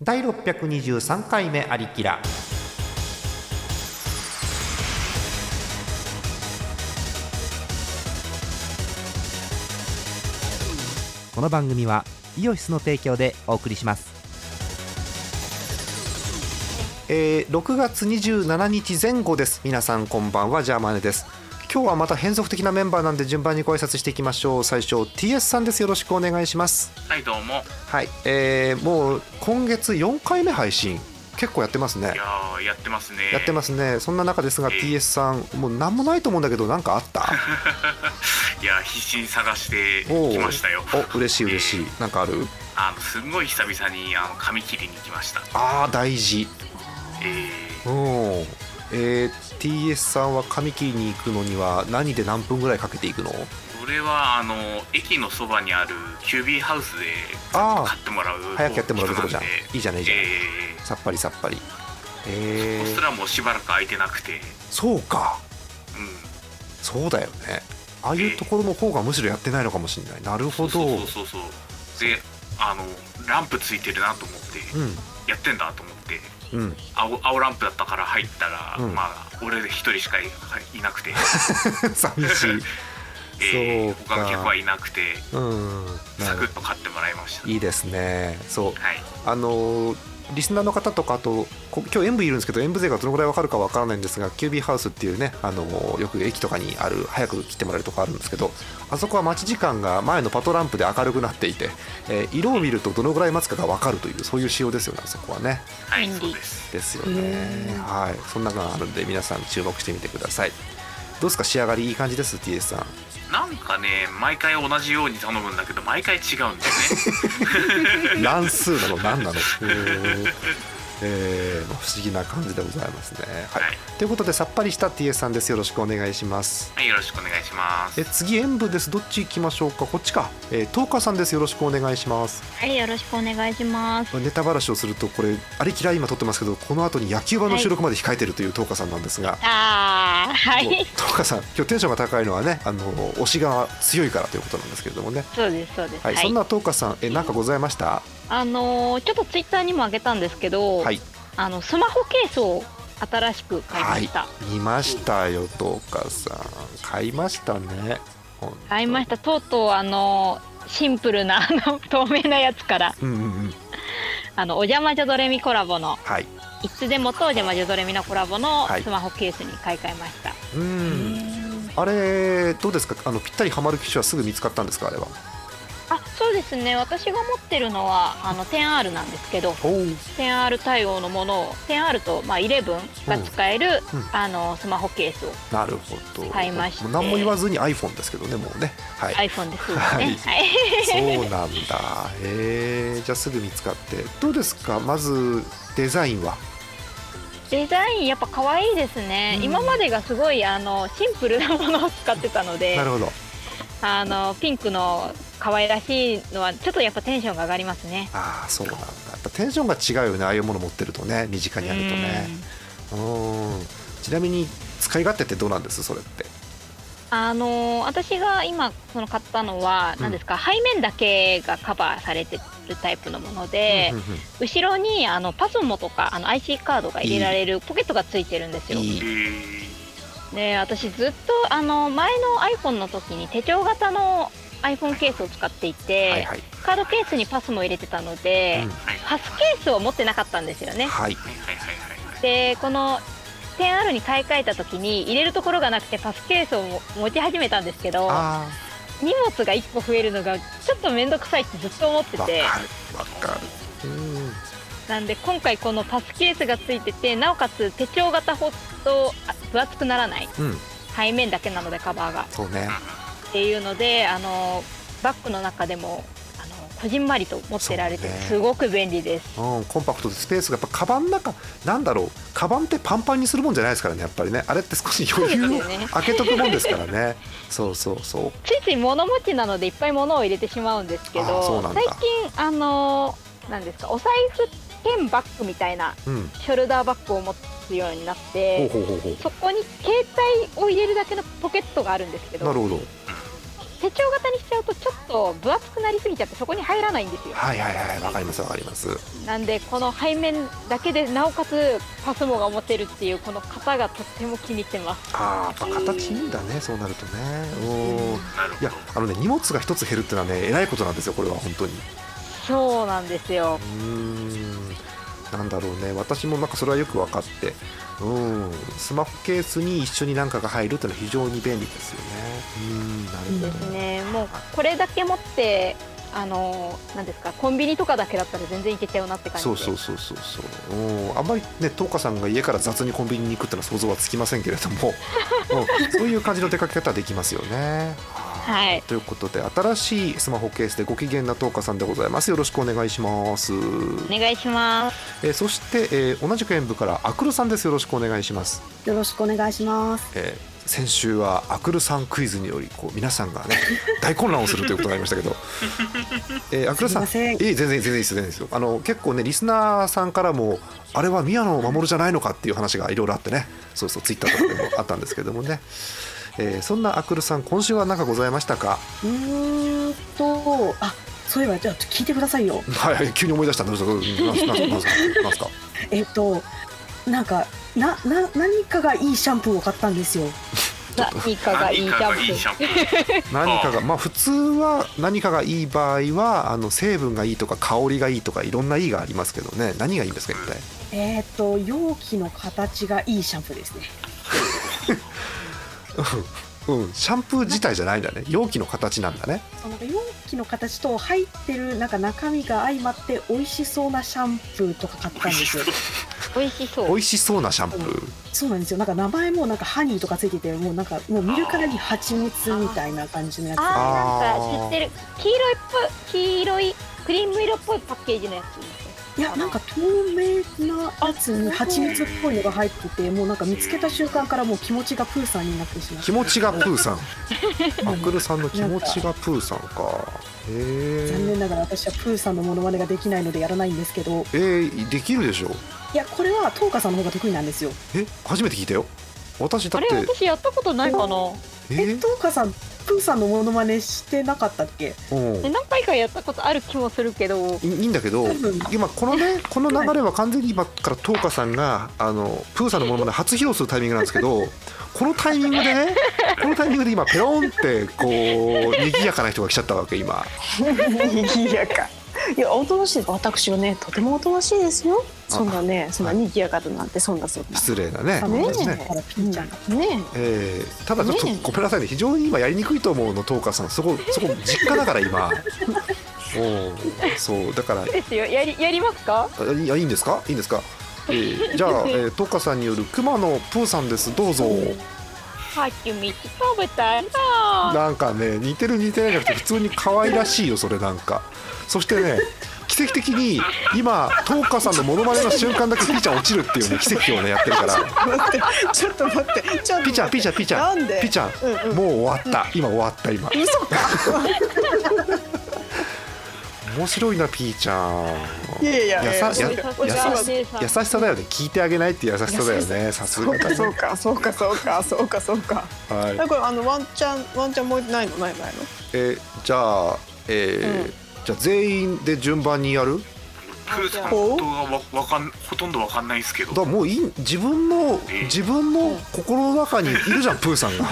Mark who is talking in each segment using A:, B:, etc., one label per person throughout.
A: 第623回目ありきらこの番組はイオシスの提供でお送りしますえー、6月27日前後です皆さんこんばんはジャーマネです今日はまた変則的なメンバーなんで順番にご挨拶していきましょう最初 TS さんですよろしくお願いします
B: はいどうも
A: はい、えー、もう今月4回目配信結構やってますね
B: いやーやってますね
A: やってますねそんな中ですが
B: えー
A: TS さんもう何もないと思うんだけど何かあった
B: いやー必死に探して
A: おー
B: きましたよ
A: お嬉しい嬉しい何かある
B: あのすんごい久々にあの髪切りに来ました
A: あー大事
B: え
A: うんえー、TS さんは髪切りに行くのには何で何分ぐらいかけていくの
B: ー、それはあの駅のそばにあるキュービーハウスで
A: あ
B: 買
A: あ
B: ってもらう
A: 早くやってもらうとこじゃん
B: 人なんで
A: いいじゃないいいじゃないさっぱりさっぱり
B: え
A: え
B: ー、そし
A: ー
B: た、らもうしばらく空いてなくて
A: そうか
B: うん
A: そうだよねああいうところの方がむしろやってないのかもしれないなるほど
B: そうそうそうそうであのランプついてるなと思って、やってんだと思って
A: うんうん
B: 青青ランプだったから入ったら、
A: うん
B: まあ俺一人しかいいなくて
A: 寂しい。
B: えー、
A: そうか
B: 他の客はいなくて
A: うん、な
B: サク
A: る
B: ッと買ってもらいました
A: いいですね。そう、
B: はい
A: あのーリスナーの方とかあとこ今日演舞いるんですけど演舞勢がどのぐらいわかるかわからないんですがキュービーハウスっていうね、あのーよく駅とかにある早く来てもらえるとこあるんですけどあそこは待ち時間が前のパトランプで明るくなっていて、えー色を見るとどのぐらい待つかがわかるというそういう仕様ですよねあそこはね。
B: はい
C: 便利
B: そうです
A: ですよね。はい、そんなのがあるんで皆さん注目してみてください。どうですか仕上がりいい感じです TS さん。
B: なんかね毎回同じように頼むんだけど毎回違うんだよ
A: 乱数なの何なのえーまあ不思議な感じでございますね。はい
B: はい
A: ということでさっぱりした TS さんですよろしくお願いします。
B: ねよろしくお願いします
A: え次演舞ですどっち行きましょうかこっちか、えー、トーカーさんですよろしくお願いします
C: はい、よろしくお願いします。
A: ネタばらしをするとこれありきら今撮ってますけどこの後に野球場の収録まで控えてるというトーカーさんなんですが、
C: ああ、は
A: もう
C: い、
A: トーカーさん今日テンションが高いのはねあの推しが強いからということなんですけれどもね
C: そうです、そうです。
A: はい、そんなトーカーさんえなんかございました
C: あのーちょっとツイッターにもあげたんですけど、
A: はい
C: あのスマホケースを新しく買いました。
A: はい、見ましたよ、トーカさん。買いましたね。。
C: 買いましたた。とうとうあのーシンプルなあ の透明なやつから
A: うんうんうん。
C: あのお邪魔女ドレミコラボの
A: はい。
C: いつでもとお邪魔女ドレミのコラボの
A: はい
C: スマホケースに買い替えました。
A: うん。あれどうですか。あのぴったりハマる機種はすぐ見つかったんですかあれは。
C: あ、そうですね。私が持ってるのはあの 10R なんですけど、
A: おお。
C: 10R 対応のものを 10R と、まあ、11が使える、
A: うんうん
C: あのスマホケースを
A: なるほど。
C: 買いまして
A: もう何も言わずに iPhone ですけどね、もうね。 はい。
C: iPhone ですよね、はい
A: そうなんだ。へえ。じゃあすぐ見つかって。どうですか。まずデザインは。
C: デザインやっぱ可愛いですね、
A: うん
C: 今までがすごいあのシンプルなものを使ってたので
A: なるほど。
C: あのピンクの可愛らしいのはちょっとやっぱテンションが上がりますね
A: ああ、そうなんだ。やっぱテンションが違うよね。ああいうもの持ってるとね、身近にあるとね。うんちなみに使い勝手ってどうなんですそれって
C: あの私が今その買ったのは
A: うん
C: 何ですか、背面だけがカバーされてるタイプのもので、
A: うんうんうん
C: 後ろにあのパスモとかあの IC カードが入れられるポケットがついてるんですよ。
A: い
B: え
A: い
B: ー、
C: で私ずっとあの前の iPhone の時に手帳型の iPhone ケースを使っていて、
A: はいはい、
C: カードケースにパスも入れてたので、
A: うん
B: はいは
C: パ
B: い
C: スケースを持ってなかったんですよ
A: は
C: ね。
A: い
B: はいはいはいはい
C: でこの 10R に買い替えた時に入れるところがなくてパスケースをも持ち始めたんですけど
A: あ
C: 荷物が1個増えるのがちょっと面倒くさいってずっと思って
A: ーわか
C: て
A: るわかるうん
C: なんで今回このパスケースがついててなおかつ手帳型ほどあ分厚くならない
A: うん
C: 背面だけなのでカバーが
A: そうね
C: っていうのであのバッグの中でもあのこじんまりと持ってられ
A: そ
C: て
A: うね
C: すごく便利です。
A: うん、コンパクトでスペースがやっぱカバンの中なんだろうカバンってパンパンにするもんじゃないですからねやっぱりねあれって少し余裕を
C: そうですよね
A: 開けとくもんですから ねそうそうそう
C: ついつい物持ちなのでいっぱい物を入れてしまうんですけ
A: あーそう
C: ど
A: なんだ
C: 最近あのなんですかお財布兼バッグみたいな
A: うん
C: ショルダーバッグを持つようになっ
A: ほう
C: て
A: ほうほうほう
C: そこに携帯を入れるだけのポケットがあるんですけ
A: な
C: ど
A: るほど
C: 手帳型にしちゃうとちょっと分厚くなりすぎちゃってそこに入らないんですよ
A: はいはいはいわかりますわかります
C: なんでこの背面だけでなおかつパスモが持てるっていうこの型がとっても気に入ってます
A: ああやっぱ形いいんだねそうなるとねおお
B: なるほ
A: い
B: ど
A: やあのね荷物が一つ減るってのはねえらいことなんですよこれは本当に
C: そうなんですよ
A: うーんなんだろうね私もなんかそれはよく分かってうんスマホケースに一緒に何かが入るってのは非常に便利ですよねうんなる
C: いい
A: ほど
C: ですねもうこれだけ持ってあのなんですかコンビニとかだけだったら全然いけちゃうなって感じ
A: そ
C: で
A: うそうそうそうそううんあんまりねトーカさんが家から雑にコンビニに行くってのは想像はつきませんけれど も、うん、そういう感じの出かけ方はできますよね
C: はい
A: ということで新しいスマホケースでご機嫌なトーカさんでございますよろしくお願いします
C: お願いします
A: えーそして、えー同じく演舞からアクルさんですよろしくお願いします
D: よろしくお願いします。
A: えー先週はアクルさんクイズによりこう皆さんが ね大混乱をするということがありましたけど、えーアクルさん
D: すいません
A: いえ全然全然いいです全然いいですよあの結構ねリスナーさんからもあれは宮野守じゃないのかっていう話がいろいろあってねそうそうツイッターとかでもあったんですけどもね、えーそんなアクルさん今週は何かございましたか
D: うーんと、あ、そういえば、じゃあ、聞いてくださいよ。
A: はいはい 急に思い出したんですけど何すか何すか何すか
D: えっと、なんか、な、な、何かがいいシャンプーを買ったんですよ。
C: 何かがいいキ
B: 何
C: ャ
B: か
C: ン
B: がいい
C: プ
B: シャンプ ー
A: 何かがまあ普通は何かがいい場合はあの成分がいいとか香りがいいとかいろんないいがありますけどね何がいいんですか一体
D: えっと、容器の形がいいシャンプーですね。
A: うん、シャンプー自体じゃないんだね容器の形なんだね
D: そうなんか容器の形と入ってる、なんか中身が相まって、美味しそうなシャンプーとか買ったんですよ。
C: 美味しそう
A: 美味しそうなシャンプー
D: そうなんですよ。なんか名前もなんかハニーとかついてて、もうなんか、もう見るからに蜂蜜みたいな感じのやつ。
C: あー
A: あー
C: なんか知ってる黄色いっぽい黄色いクリーム色っぽいパッケージのやつ
D: いやなんか透明なやつに蜂蜜っぽいのが入っててもうなんか見つけた瞬間からもう気持ちがプーさんになってしまっ
A: 気
D: て
A: 持ちがプーさんアクルさんの気
D: なん
A: 持
D: か
A: ちがプーさんか
D: 残
A: へ
D: 念ながら私はプーさんのモノマネができないのでやらないんですけど
A: ええーできるでしょ
D: いやこれはトーカさんの方が得意なんですよ
A: え初めて聞いたよ私だっ
C: あれ
A: て
C: 私やったことないかな
A: え
D: えトーカさんプーさんのモノマネしてなかったっけ
A: うん
C: え何回かやったことある気もするけど
A: いいいんだけど
D: 多分
A: 今この ねこの流れは完全に今からトーカさんがあのプーさんのものまで初披露するタイミングなんですけどこのタイミングで ねこのタイミングで今ペロンってこう賑やかな人が来ちゃったわけ今
E: 賑やか。いや、おとなしいです。私はね、とてもおとなしいですよ。そんなね、そんな賑やかだなんて、そんなそんな。
A: 失礼なね
D: あ
E: ね
D: の
E: え
D: だからピーちゃんが、
E: ね
A: えーただちょっと
E: ねえ
A: ごめんなさいね非常に今やりにくいと思うのトーカさんそ こそこ実家だから今おうそうだから
C: ですよやりやりますか
A: あいやいいんですかいいんですか、えーじゃ あ、えートーカさんによる熊野プーさんですどうぞ
C: はちみつ食べたいな
A: なんかね似てる似てないじゃなくて普通に可愛らしいよそれなんかそしてね奇跡的に今トーカさんのモノマネの瞬間だけピーちゃん落ちるっていうね奇跡をねやってるから
E: 待って、ちょっと待って、ちょっと
A: ピーちゃんピーちゃんピーちゃん
E: なんで
A: ピーちゃん
E: うんうん
A: もう終わった今終わった今
E: 嘘か。
A: 面白いなピーちゃん
E: いやいや、
A: やさ
E: いや
A: や
E: お邪魔
A: や
E: し
A: さ
E: て
A: 優しさだよね聞いてあげないっていう優しさだよねさす
E: そう
A: が
E: か、
A: だ
E: そう
A: ね
E: か、そうか、そうか、そうか、そうか。
A: はい
E: だから、あの、ワンチャン、ワンチャン燃えてないの、ないの、ないの。
A: えーじゃあえー
E: うん
A: じゃあ全員で順番にやる
B: プーさんのことがわわかんほとんどわかんないですけど
A: だからもういい自分の自分の心の中にいるじゃんプーさんが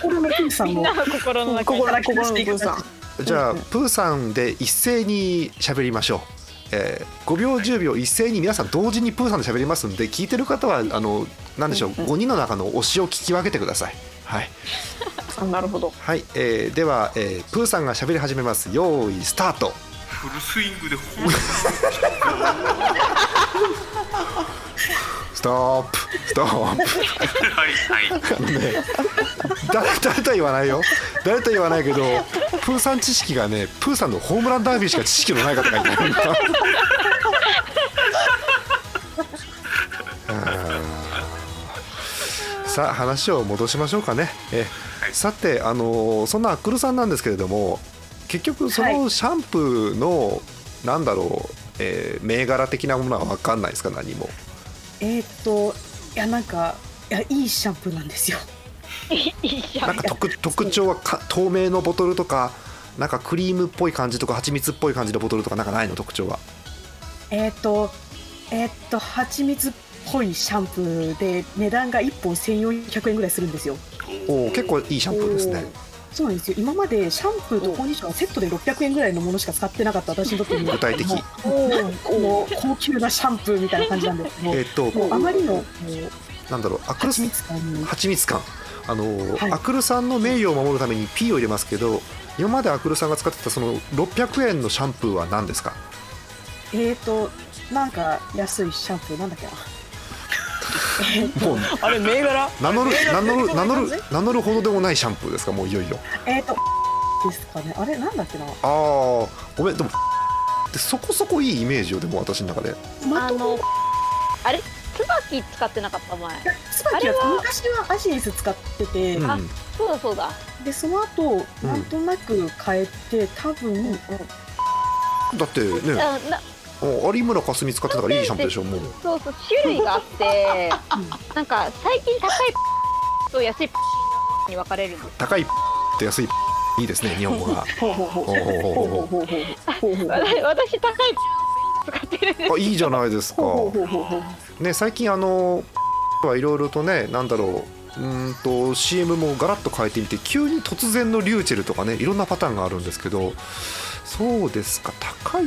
D: 心のプーさん
C: みん
D: も
C: なの心の中に
E: 心の、心の分さん。
A: じゃあ、プーさんで一斉に喋りましょう。えー、5秒10秒一斉に皆さん同時にプーさんで喋りますんで聞いてる方はあのなんでしょう5人の中の推しを聞き分けてください。はい、
E: あ、なるほど。
A: はいえーでは、えープーさんが喋り始めます。よーいスタート。
B: フルスイングで ほんとに
A: ストップストップ。
B: はいはい
A: 誰誰とは言わないよ。誰とは言わないけどプーさん知識がねプーさんのホームランダービーしか知識のない方がいる。さあ話を戻しましょうかね。え
B: はい
A: さてあのーそんなアックルさんなんですけれども結局そのシャンプーの、なんだろう、えー銘柄的なものは分かんないですか何も。
D: えーっといやなんかいやいいシャンプーなんですよ
C: 一緒
A: なんか特特徴はか透明のボトルとかなんかクリームっぽい感じとか蜂蜜っぽい感じのボトルとかなんかないの特徴は
D: えっ、とえっ、と蜂蜜っぽいシャンプーで値段が1本1400円ぐらいするんですよ
A: おお結構いいシャンプーですね
D: そうなんですよ今までシャンプーとコンディションはセットで600円ぐらいのものしか使ってなかった私にとっても
A: 具体的
D: もうこの高級なシャンプーみたいな感じなんですけど
A: えっ、と
D: もうあまりのもう
A: なんだろうアクル
D: 蜂
A: ス
D: 蜜感に
A: 蜂蜜感あのー、
D: はい
A: アクルさんの名誉を守るために P を入れますけど今までアクルさんが使ってたその600円のシャンプーは何ですか
D: えっ、となんか安いシャンプーなんだっけな
A: もう
E: あれ銘柄
A: 名乗る名乗る
D: え
A: 名乗
D: そんな感じ
A: る名乗るほどでもないシャンプーですかもういよいよ
D: えっ、とですかねあれなんだっけな
A: ああごめんでもってそこそこいいイメージよでも私の中で
D: ま
C: あ
D: とも
C: のあれ椿使ってなかった前
D: 椿
C: あれは
D: は昔はアシエス使ってて、
A: うん
C: あそうだそうだ
D: でその後
A: うん
D: なんとなく変えて多分
A: だって
C: あ
A: ね
C: な
A: お有村架純使ってたからいいシャンプーでしょもう
C: そうそう種類があってなんか最近高いと安いに分かれるんです
A: 高いと安いいいですね日本語が
E: ほうほうほう
A: ほうほうほうほ
E: ほうほうほうほう
C: 私高い使ってるんで
A: うあいいじゃないですか
E: ほうほうほうほう
A: ね最近あのはいろいろとねなんだろううーんと CM もガラッと変えてみて急に突然のリューチェルとかねいろんなパターンがあるんですけどそうですか高い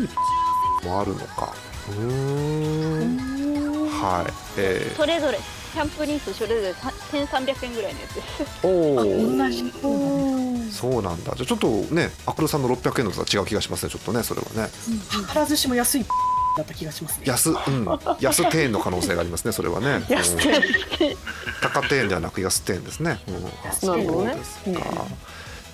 A: もあるのかうーんはいえ
C: それぞれシャンプーリンスそれぞれさ1300円ぐらいのやつで
A: ー、
C: す
A: お
D: あ
A: お
D: 同じそうだね
A: そうなんだじゃあちょっとねアクロさんの600円のとは違う気がしますねちょっとねそれはね
D: 必ずしも安いだった気がしますね
A: 安うん安庭園の可能性がありますねそれはね
E: 安
A: うん高庭園ではなく安庭園ですね、うん、あ
E: なるほどね
A: そうですか、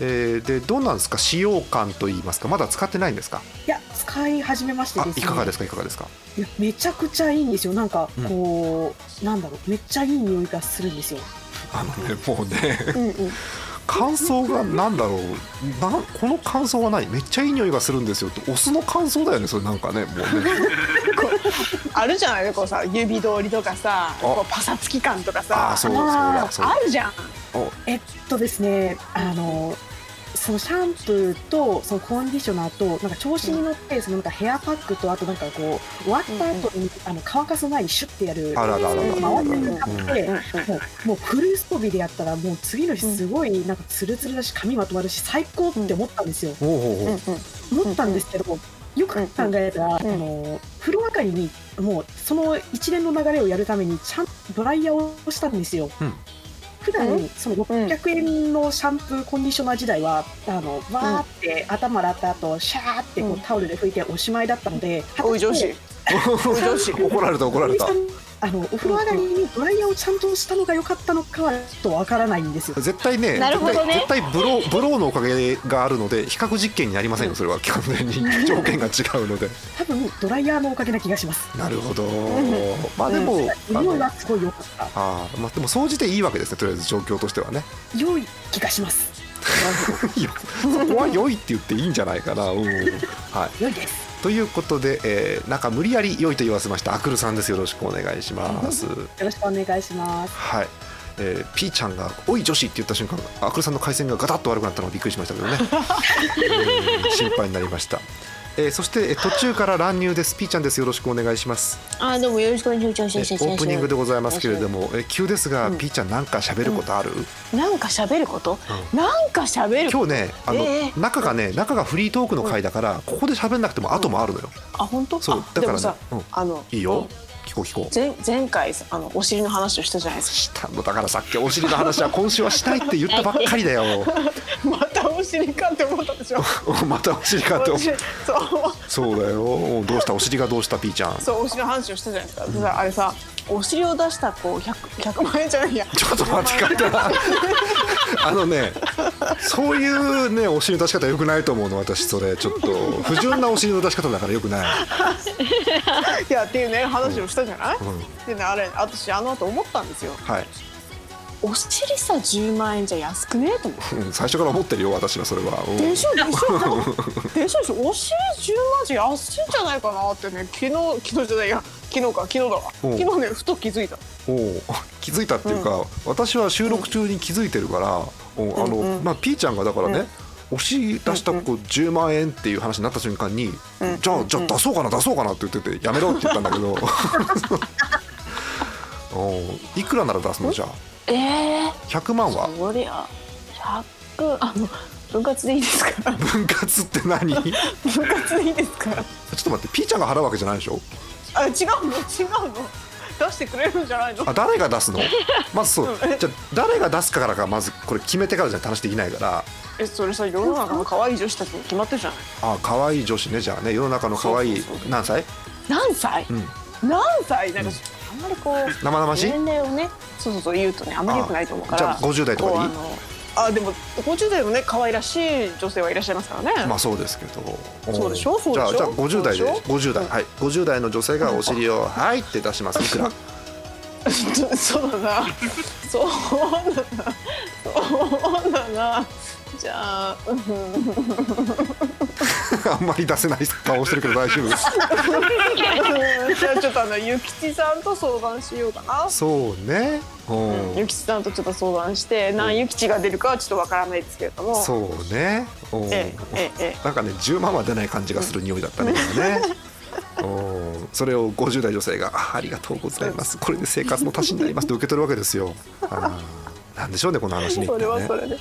A: えーでどうなんですか使用感といいますかまだ使ってないんですか
D: いや使い始めまして
A: あ
D: です
A: い
D: ね
A: かがですかいかがですか
D: いやめちゃくちゃいいんですよなんか
A: うん
D: こう、なんだろうめっちゃいい匂いがするんですよ
A: あのねもうね
E: うんうん
A: 感想がなんだろうなんこの感想はないめっちゃいい匂いがするんですよってオスの感想だよねそれなんかねもうね
E: あるじゃないのこうさ指通りとかさこうパサつき感とかさ
A: あーそうだ
E: あー
A: そうだそうだ
E: あるじゃん
D: えっとですねあのそのシャンプーとそのコンディショナーとなんか調子に乗ってそのなんかヘアパックとあとなんかこう終わった後にあの乾かす前にシュッてやる
A: あららららら
D: 回って向かって
E: うんうん
D: もうもうフルスポビでやったらもう次の日すごいなんかツルツルだし髪まとまるし最高って思ったんですよ、
A: おうおうおう
D: 思ったんですけどよく考えたら、あの風呂上がりにもうその一連の流れをやるためにちゃんとドライヤーをしたんですよ、
A: うん
D: 普段その600円のシャンプーコンディショナー時代はあのわーって頭洗った後シャーってこ
E: う
D: うんタオルで拭いておしまいだったので、
E: おい女子 おい女子
A: 怒られた怒られた
D: あのお風呂上がりにドライヤーをちゃんとしたのが良かったのかはちょっとわからないんですよ。
A: 絶対ね
C: なるほどね
A: 絶対絶対ブローブローのおかげがあるので比較実験になりませんよそれは完全に 条件が違うので
D: 多分ドライヤーのおかげな気がします。
A: なるほど
E: ん
A: まあでも、あ
D: 匂い
A: の
D: はすごい良かった。
A: あーまあでも掃除でいいわけですねとりあえず状況としてはね
D: 良い気がします。
A: いやそこは良いって言っていいんじゃないかなうんはい
D: 良いです。
A: ということで、えーなんか無理やり良いと言わせましたアクルさんですよろしくお願いします
D: よろしくお願いします。
A: はい、えー、P ちゃんが「おい女子!」って言った瞬間アクルさんの回線がガタッと悪くなったのがびっくりしましたけどねうん心配になりました、えーそしてえー途中から乱入です P ちゃんですよろしくお願いします
E: あーどうもよろしくお願いします
A: えーオープニングでございますけれども、えー急ですが、
E: うん
A: P ちゃんなんか喋ることある、
E: なんか喋ること、なんか喋る
A: 今日ねあの、
E: ええ
A: 中がね中がフリートークの回だから、ここで喋んなくても後もあるのよ、
E: あ本当
A: そう
E: あ
A: だ
E: で
A: から
E: も
A: ね
E: さ、
A: うん
E: あの
A: いいよ、聞こう聞こう
E: 前前回さあのお尻の話をしたじゃないです
A: したのだからさっきお尻の話は今週はしたいって言ったばっかりだ よ
E: か またお尻かって思ったで しょ
A: またお尻かって
E: お尻そう
A: そうだよどうしたお尻がどうした P ちゃん
E: そうお尻の話をしたじゃないですか、でさあれさお尻を出したこう 100, 100万円じゃ ないや
A: ちょっと待って書いてなあのねそういうねお尻の出し方よくないと思うの私それちょっと不純なお尻の出し方だからよくない、
E: いやっていうね話をしたじゃない、
A: うん、
E: でねあれ私あの後思ったんですよ
A: はい、
E: お尻さ10万円じゃ安くねと思 って
A: うん最初から思ってるよ私はそれは、うん
E: でしょでし ょでしょでしょお尻10万円じゃ安いんじゃないかなってね昨日昨日じゃないや昨日か昨日だわ
A: おう
E: 昨日ねふと気づいた
A: おう 気づいたっていうか、私は収録中に気づいてるから、おうあの
E: うんうん
A: まあ、P ちゃんがだからね、
E: うん
A: 押し出した子10万円っていう話になった瞬間に、
E: うん
A: じゃ
E: う
A: あ
E: ん
A: じゃあ出そうかな出そうかなって言っててやめろって言ったんだけ どおういくらなら出すのじゃあ
E: ええ
A: 100万は
E: そりゃ100あの分割でいいです か
A: 分割って 何ちょ
E: 分割でいいですか
A: っと待って P ちゃんが払うわけじゃないでしょ
E: あ違うの違うの出してくれるんじゃないの
A: あ誰が出すのまずそう
E: うん
A: じゃあ誰が出すかからがまずこれ決めてからじゃ話できないから
E: えそれさ世の中の可愛い女子たちに決まってるじゃない
A: あ可愛い女子ねじゃあね世の中の可愛い
E: そうそうそう
A: 何歳、
E: 何歳
A: うん、
E: 何歳なんかあんまりこう
A: 生々しい
E: 年齢をねそうそうそう言うとねあんまり良くないと思うから
A: じゃあ50代とかでいい
E: こうあのあでも50代もね可愛らしい女性はいらっしゃいますからね、
A: まあそうですけど
E: そうでしょ
A: おーじゃあ
E: そうで
A: じ
E: し
A: ゃあ50代で
E: ょそうでし
A: 50
E: ょ
A: 代はい50代の女性がお尻を「はい」って出しますいくら
E: そうだなそうだなそうだなじゃあ、うん、
A: あんまり出せない顔してるけど大丈夫
E: じゃあちょっとあの諭吉さんと相談しようかな
A: そうねう
E: うん
A: ん
E: 諭吉さんとちょっと相談して何諭吉が出るかはちょっとわからないですけれども
A: そうねうん
E: えええええ
A: なんかね10万は出ない感じがする匂いだったね今ね うんそれを50代女性があ「ありがとうございますこれで生活の足しになります」と受け取るわけですよ。あーなんでしょうねこの話
E: え
A: に、ね
E: それはそれで、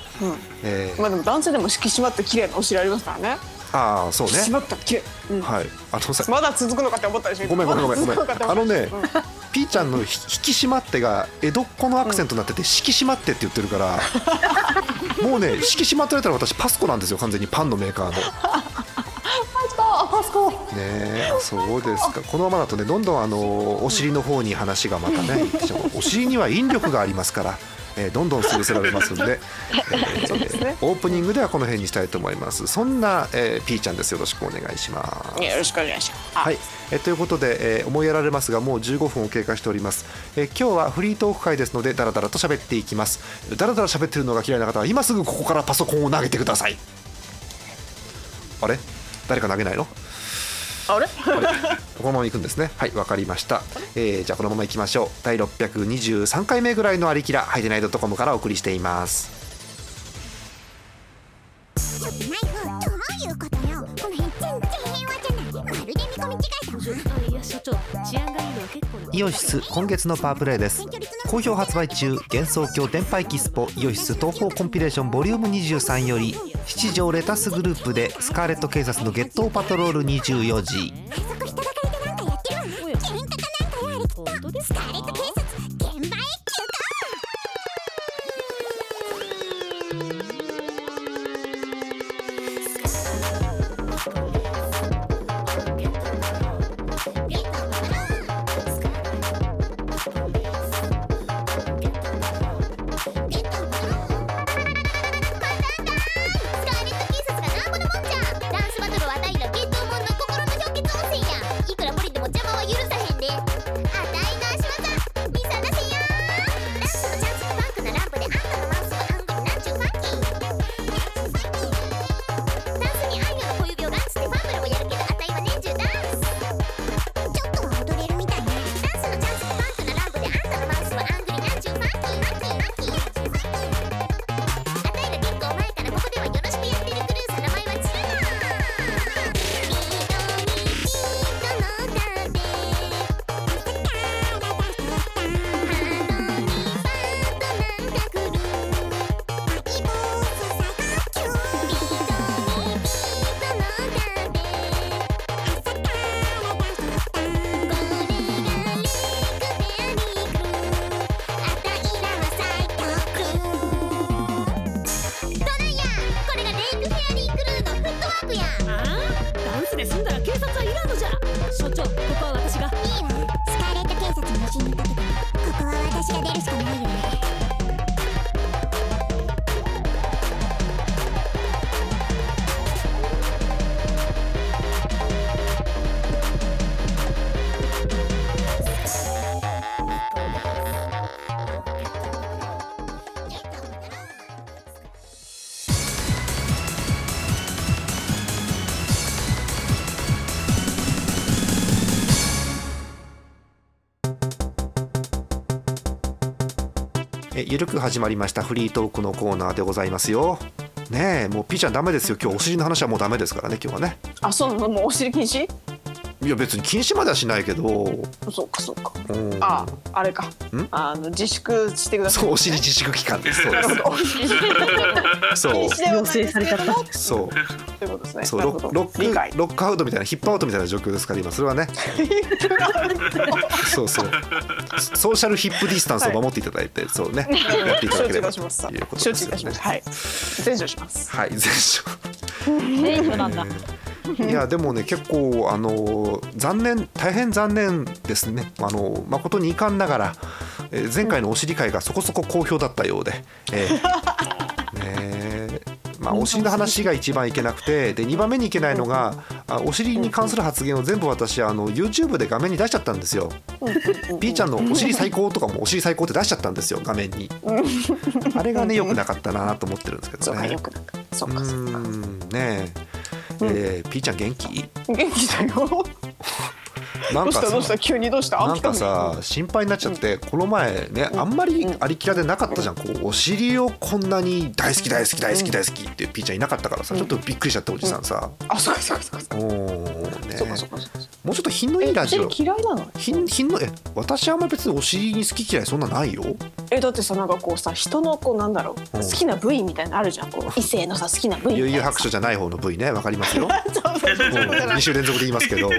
A: え
E: うん、まあでも男性でも引き締まった綺麗なお尻ありますからね
A: ああそう
E: 引き締
A: ね
E: まった綺麗、うん
A: はいあのさ
E: まだ続くのかって思ったでしょ
A: ごめんごめんごめんごめん
E: まだ続くの
A: あ
E: かって思
A: の
E: っ
A: ね、
E: うん
A: ピーちゃんのひ引き締まってが江戸っ子のアクセントになってて引き締まってって言ってるから、 もうね引き締まってられたら私パスコなんですよ完全にパンのメーカーの。ねえそうですかこのままだとねどんどんあのお尻の方に話がまたねしかもお尻には引力がありますから、えーどんどん潰せられますん で、えー
E: そうですね
A: オープニングではこの辺にしたいと思いますそんな、えー、ピーちゃんですよろしくお願いします
E: たよろしくお願いします
A: はい、えーということで、えー思いやられますがもう15分を経過しております、えー今日はフリートーク会ですのでダラダラと喋っていきますダラダラ喋ってるのが嫌いな方は今すぐここからパソコンを投げてくださいあれ誰か投げないの
E: あれ
A: このまま行くんですねはいわかりました、えーじゃあこのまま行きましょう第623回目ぐらいのありきらハイデナイドットコムからお送りしています
F: ちょっとナイフどういうことよこの辺全然平和じゃないまるで見込み違いだわ
G: いや所長治安がいいのは結構な
A: イオシス今月のパワープレイです好評発売中幻想郷電波エキスポイオシス東方コンピレーションボリューム23より七条レタスグループでスカーレット警察のゲットーパトロール24時
F: あそこ人だかりでなんかやってるわ
G: おや
F: 喧嘩かなんかやあれきっ
G: 本当
F: と
G: で
F: ス
G: す
F: カ
G: か
F: ーレット警察現場へダンスバトルは大のゲットモンの心の氷結温泉や
A: えゆるく始まりましたフリートークのコーナーでございますよねえもうピーちゃんダメですよ今日お尻の話はもうダメですからね今日はね
E: あそうなのもうお尻禁止
A: いや別に禁止まではしないけど
E: そうかそうか
A: うん
E: ああれかあの自粛してください
A: そうお尻自粛期間 ですそう
E: なるほどお尻自粛
A: ですそ
E: 禁
A: う
E: 止ではないですけれども
A: そう
E: ということですね
A: そう
E: な
A: ロ
E: るほど
A: ッロック
E: 理解
A: ロックアウトみたいなヒップアウトみたいな状況ですから今それはねそうそうソーシャルヒップディスタンスを守っていただいて、そうねやっていただ
E: 承
A: け
E: 知
A: れば
E: いた
A: と
E: しました
A: いうこと
E: 承
A: で
E: 知
A: す
E: い
A: よ
E: たしましたはい全処します
A: はい全勝
C: 全部なんだ。
A: いやでもね結構あの残念大変残念ですねあの誠に遺憾ながら、えー前回のお尻会がそこそこ好評だったようで、えーねえまあ、お尻の話が一番いけなくてで2番目にいけないのがあお尻に関する発言を全部私あの YouTube で画面に出しちゃったんですよ。ピーちゃんの「お尻最高」とかも「お尻最高」って出しちゃったんですよ画面に。あれがね良くなかったなと思ってるんですけ
E: そ
A: ど
E: うか
A: ね
E: よ。くなんかそう
A: う
E: かそう
A: ー
E: か
A: んねええー、ピーちゃん元気
E: 元気だよ
A: な
E: ど
A: ん
E: うし
A: か
E: たどうし
A: さ
E: た急にどうした
A: なんかさ心配になっちゃって、この前ねあんまりありきらでなかったじゃん、こうお尻をこんなに大好き大好き大好き大好きっていうピーちゃんいなかったからさ、ちょっとびっくりしちゃっておじさんさ、
E: あそうかそうかそうかそうか
A: おーね
E: そうかそうかそうか
A: もうちょっと品のいいラ
E: え
A: ジオ
E: お尻嫌いなの
A: 品品のえ私あんま別にお尻に好き嫌いそんなないよ
E: えだってさなんかこうさ人のこうなんだろう
A: うん
E: 好きな部位みたいなのあるじゃんこう異性のさ好きな部位み
A: 悠
E: たい
A: 々
E: な
A: 白書じゃない方の部位ねわかりますよ も
E: そうそうそう
A: う
E: そうじゃな
A: 2
E: い
A: 週連続で言いますけ ど
E: うんう
A: お
E: ん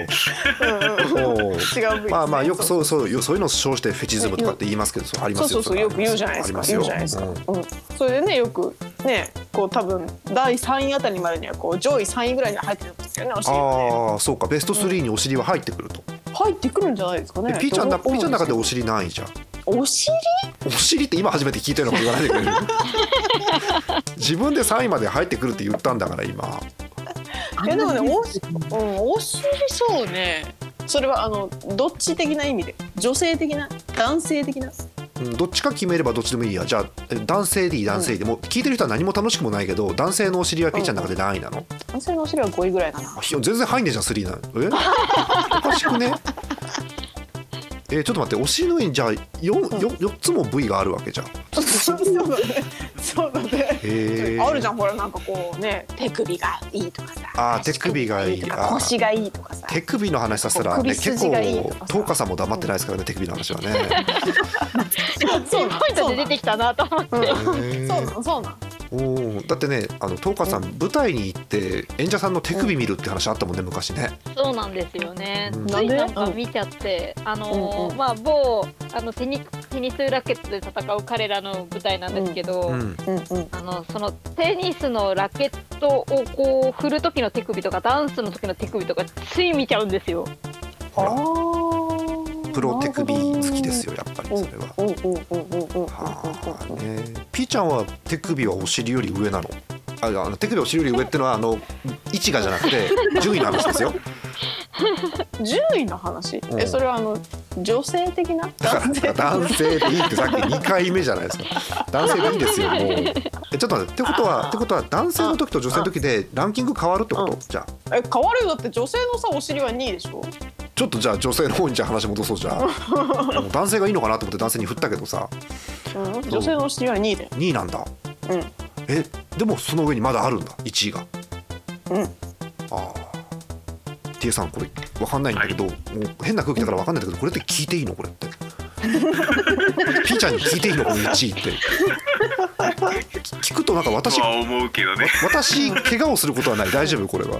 A: ー
E: 違う部位ですね
A: まあまあよくそうそうよそういうのを称してフェチズムとかって言いますけどそうありま
E: そう
A: す
E: そ
A: よ
E: うそうよく言うじゃないですか
A: あり
E: 言う
A: ま
E: じゃないですか、
A: うん
E: うん、それでねよくねこう多分第3位あたりまでにはこう上位3位ぐらいには入ってるんですよねお尻がね
A: ああそうかベスト3にお尻は入ってくると、
E: 入ってくるんじゃないですかね
A: えピーちゃんだ
E: と
A: ピー
E: 思
A: ちゃんの中でお
E: うす
A: 尻ないじゃん
E: けどお尻
A: お尻って今初めて聞いたようなこと言わないでくれる自分で3位まで入ってくるって言ったんだから今
E: えでもねお尻
D: あんまり
E: うんお尻そうねそれはあのどっち的な意味で女性的な男性的な
A: うんどっちか決めればどっちでもいいやじゃあえ男性でいい男性で、もう聞いてる人は何も楽しくもないけど男性のお尻はピーちゃんの中で何位なの、
E: 男性のお尻は5位ぐらいかな
A: あひ全然入んねえじゃん3なのえ おかしくねえーちょっと待ってお尻の上にじゃあ 4, 四四つも部位があるわけじゃんへ
E: そうだねそうだね
A: え
E: あるじゃんほらなんかこうね手首がいいとかさ
A: あー手首がいい
E: と
A: あ
E: か
A: ー
E: 腰がいいとかさ
A: 手首の話させたら、ね、
E: 首
A: 結
E: 筋
A: 構
E: がいいとかさ
A: 東花さんも黙ってないですからね、手首の話はね。
E: そ
C: ピ
E: うな
C: ン
E: の
C: ポイントで出てきたなと思って。
A: へー
E: そうなのそうなの
A: おーだってねあの東花さん舞台に行って演者さんの手首見るって話あったもんね昔ね。
C: そうなんですよね。
A: うん
C: ついなんか見ちゃって、あのー
E: うんうん
C: まあ某あのテニテニスラケットで戦う彼らの舞台なんですけど、
A: うん、
E: うんうん
C: あのそのテニスのラケットをこう振る時の手首とかダンスの時の手首とかつい見ちゃうんですよ。
A: ほら
E: ー
A: プロ手首好きですよやっぱりそれは。
E: うんうんうんうんうんうんうんうん
A: はあねピーちゃんは手首はお尻より上なのああの手首お尻より上ってのはあの位置がじゃなくて順位の話ですよ。
E: 順位の話
A: う
E: え
A: ん
E: それはあの女性的な
A: だから
E: 男性的
A: 男性で
E: な
A: いいってさっき2回目じゃないですか男性でいいですよもうえちょっと待ってってことはってことは男性の時と女性の時でランキング変わるってことじゃあ
E: え変わるよだって女性のさお尻は2位でしょ
A: ちょっとじゃあ女性の方にじゃあ話戻そうじゃあもう男性がいいのかなと思って男性に振ったけどさ
E: うん女性のお尻は2位だよ
A: 2位なんだ
E: うん
A: えでもその上にまだあるんだ1位が
E: うん
A: ああ T さんこれ分かんないんだけど、もう変な空気だから分かんないんだけどこれって聞いていいのこれって ピーちゃんに聞いていいのこの1位って き聞くとなんか
B: と
A: 私
B: は思うけどね
A: 私怪我をすることはない大丈夫これは、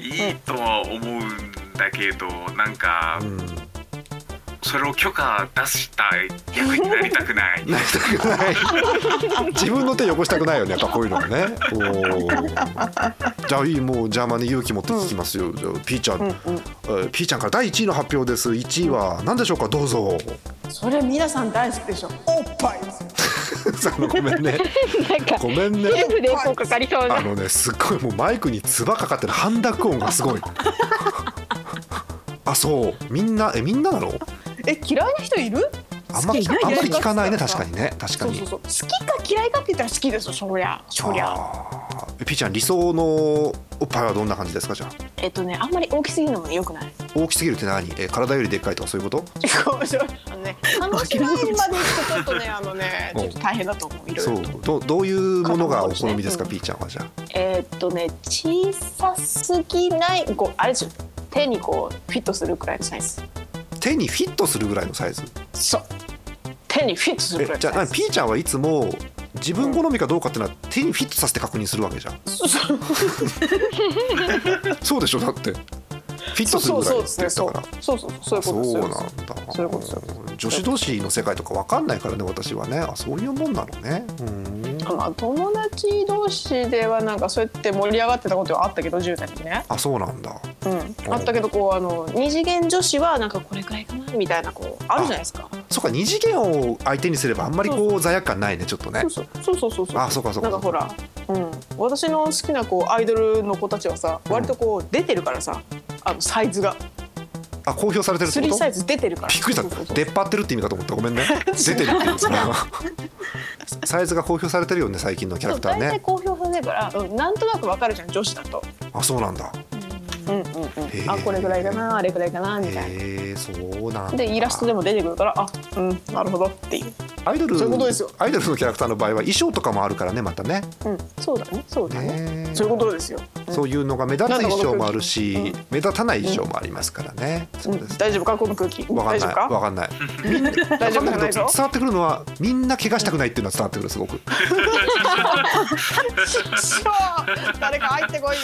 B: いいとは思うんだけどなんか
A: うん、
B: それを許可出した役になりたくない
A: なりたくない 自分の手汚したくないよねやっぱこういうのはねおーじゃあいいもうジャーマネ勇気持って聞きますよ、じゃあピーちゃん、
E: うん
A: え
E: うん
A: ーピーちゃんから第1位の発表です1位は何でしょうかどうぞ
E: それ皆さん大好きでしょおっぱいですよ
A: あのごめんね
C: なんか
A: ごめんね
C: 全部でこうかかりそう
A: あ
C: な。
A: のねすっごいもうマイクに唾かかってる半濁音がすごい あそうみんなえみんななの
E: え嫌いな人いる
A: あんまき
D: 好き
A: あんまり
E: 嫌い
A: 聞かないね確かにね確か
E: そう
A: に
E: そうそう好きか嫌いかって言ったら好きですよそりゃそりゃ
A: あーピーちゃん理想のおっぱいはどんな感じですかじゃあ
E: えっとねあんまり大きすぎるのも良くない
A: 大きすぎるって何えー体よりでっかいとかそういうこと
E: あのね楽しみまで行くとちょっとねあのねちょっと大変だと思ういろい
A: そ
E: ろ
A: う
E: と
A: どうどういうものがお好みですか
E: うん
A: ピーちゃんはじゃあ
E: えーっとね小さすぎないこうあれですよ手にこうフィットするくらいのサイズ
A: 手にフィットするぐらいのサイズ
E: そう手にフィットする
A: え
E: くらいの
A: じゃあ
E: サイ
A: 何
E: ズ
A: ピーちゃんはいつも自分好みかどうかっていうのは手にフィットさせて確認するわけじゃん
E: そう
A: そうでしょだってフィッ
E: そ
A: ト
E: う
A: する
E: そう
A: ぐらい
E: そう
A: っ
E: で
A: て
E: す
A: 言
E: ね
A: ったから
E: そうそうそうそういう
A: そう
E: こと
A: なん
E: です
A: だ
E: そういうことそういうこ
A: 女子同士の世界とかわかんないからね私はねあそういうもんなのねうん
E: まあ友達同士ではなんかそうやって盛り上がってたことはあったけど10代にね、
A: あそうなんだ
E: うん、あったけどこうあの二次元女子はなんかこれくらいかなみたいなこうあるじゃないですか
A: そっか二次元を相手にすればあんまりこう罪悪感ないねちょっとね
E: そうそうそうそうそう
A: あそうかそうか
E: なんかほら、うん、私の好きなこうアイドルの子たちはさ割とこう出てるからさあのサイズが
A: あ公表されてるってこ
E: 3
A: と
E: サイズ出てるから
A: びっくりし
E: そうそうそ
A: た
E: う
A: 出っ張ってるって意味かと思ったごめん ね出てるっていうサイズが公表されてるよね最近のキャラクター
E: そう大体
A: ね
E: 公表されるから、うん、なんとなくわかるじゃん女子だと、
A: あそうなんだ
E: うんうんうん、
A: ー
E: あこれぐらいかなあれぐらいかなみたいな。
A: へえそうなんだ
E: でイラストでも出てくるからあうんなるほどっていう、
A: アイドル
E: そういうことですよ
A: アイドルのキャラクターの場合は衣装とかもあるからねまたね
E: うん、そうだねそうだね
A: ね
E: そういうことですよ、うん
A: そういうのが目立つ衣装もある
E: なん
A: し
E: だこの空気
A: 目立たない衣装もありますからねそううんです
E: 大丈夫かこの空気
A: わかん
E: 大丈
A: ない
E: 夫か
A: わかんない
E: 大丈
A: わ
E: 夫
A: か
E: じ
A: ん
E: ゃ
A: な
E: ないい
A: けど
E: ぞ
A: 伝わってくるのはみんな怪我したくないっていうのは伝わってくるすごく
E: 師匠誰か入ってこい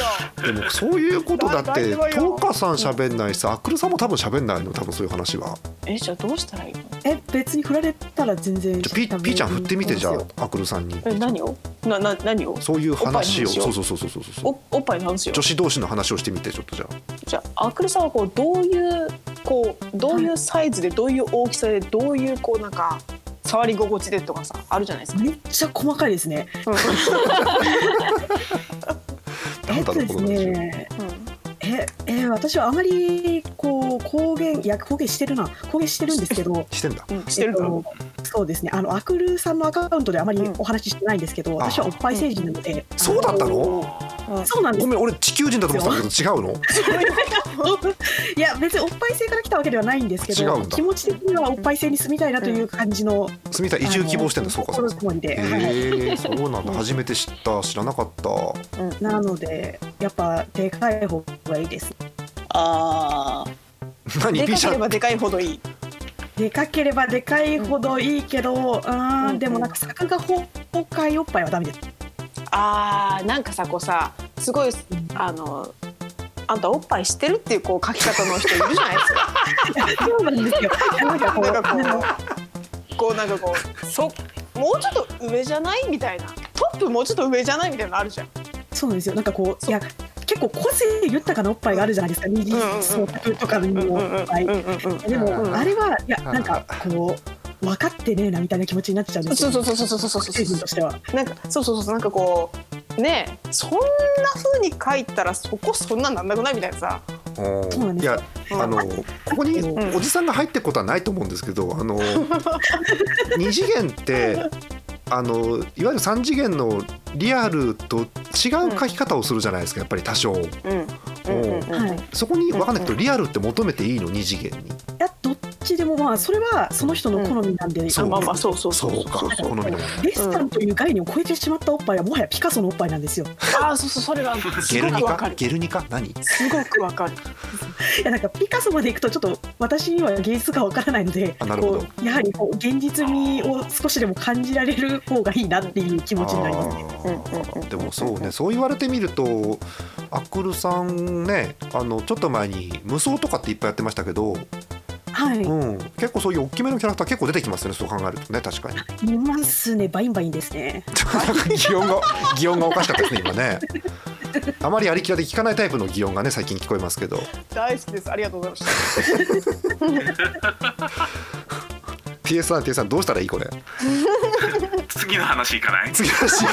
E: よ
A: でもそういうことだっ
E: 大
A: て
E: 丈夫よ
A: トーカさん喋んないしさアックルさんも多分喋んないの多分そういう話は
E: えじゃあどうしたらいいの
D: え別に振られたら全然
A: じゃあピーピーちゃん振ってみてじゃあ
D: いいと思い
A: アックルさんに
E: え何をなな何を
A: そういう話を
E: おっぱいの話
A: そ
E: を
A: うそうそうそうそうそう
E: おおっぱいの話よ
A: 女子同士の話をしてみてちょっとじゃあ
E: じゃあアクルさんはこうどういうこうどういうサイズでどういう大きさでどういうこうなんか触り心地でとかさあるじゃないですか
D: ますよめっちゃ細かいですね
A: な
D: え
A: ん
D: っ
A: だ
D: と
A: ろう
D: で
A: こ
D: す
A: の話
D: ね
E: うん
D: ええー私はあまりこう公言いや公言してるな公言してるんですけど
A: してんだ
E: うん、してるだろ
D: えっとそうですねあのアクルさんのアカウントであまりお話ししてないんですけど、
A: ん
D: 私はおっぱい成人なので、
A: そうだったの
E: うん
D: そうなんです
A: ごめん俺地球人だと思ってたけど違うの
D: いや別におっぱい性から来たわけではないんですけ
A: 違う
D: ど
A: んだ
D: 気持ち的にはおっぱい性に住みたいなという感じの、
A: 住みたい移住希望してんだそうかそう
D: 心
A: か
D: づもりで、はい
A: へえそうなんだ初めて知った知らなかった
D: なのでやっぱでかい方がいいです
E: あー
A: 何
E: で
A: ピー
E: か
A: ち
E: け
A: ゃ
E: れ
A: ん
E: ばでかいほどいい
D: でかければでかいほどいいけど、うー
E: うん
D: んでもなんか作画崩壊おっぱいはダ メです
E: あーなんかさこうさすごいあのあんたおっぱいしてるっていうこう書き方の人いるじゃないですか
D: そうなんですよなんかこう
E: なんかこう、こうなんかこう、そ、もうちょっと上じゃないみたいな。トップもうちょっと上じゃないみたいなのあるじゃん。
D: そうなんですよなんかこういや結構個性豊かなおっぱいがあるじゃないですか右
E: うんうん
D: そうとかにもおっぱいでも、
A: うん
D: あれはいや
A: ん
D: なんかこう分かってねえなみたいな気持ちになっちゃうんです
E: そ
D: よ
E: うそうそうそうそうそうそ
D: 成人と
E: う。
D: しては
E: なんか、そうそうそうそう、なんかこう。ねえ、そんな風に書いたら、そこそんなんなんなくないみたいなさ。
A: お
D: そうな
A: ー
D: んで
A: い
D: すよ
A: やあのここに
E: うん
A: おじさんが入ってくことはないと思うんですけどあの二次元ってあのいわゆる三次元のリアルと違う書き方をするじゃないですかやっぱり多少
E: うん。
A: うんうん
D: はいい
A: そこに分かんないけどリアルって求めていいの二次元に
D: やどっちでもまあそれはその人の好みなんで、
A: そう
E: まあまあ、そうそう
A: そ
E: そうう。
A: か
D: そうそう
A: 好みの
D: デッサンという概念を超えてしまったおっぱいはもはやピカソのおっぱいなんですよ。
E: ああ、そうそう、それが。す
A: ゲ
E: ご
A: ルニ
E: くわか
A: カ
E: る。
A: ゲルニカ何
E: すごくわかる。
D: いやなんかピカソまで行くとちょっと私には芸術がわからないので
A: あなるほど
D: こうやはりこう現実味を少しでも感じられる方がいいなっていう気持ちになりますね。
A: あーでもそうねそう言われてみるとアクルさんねあのちょっと前に無双とかっていっぱいやってましたけど、
D: はい、
A: うん、結構そういう大きめのキャラクター結構出てきますよねそう考えるとね確かに
D: いますねバインバインですね。
A: なんか 擬音が擬音がおかしかったですね今ねあまりありきらで聞かないタイプの擬音がね最近聞こえますけど
E: 大好きです。ありがとうございました。
A: TS1 TS さんどうしたらいいこれ
B: 次の話いかない
A: 次のシ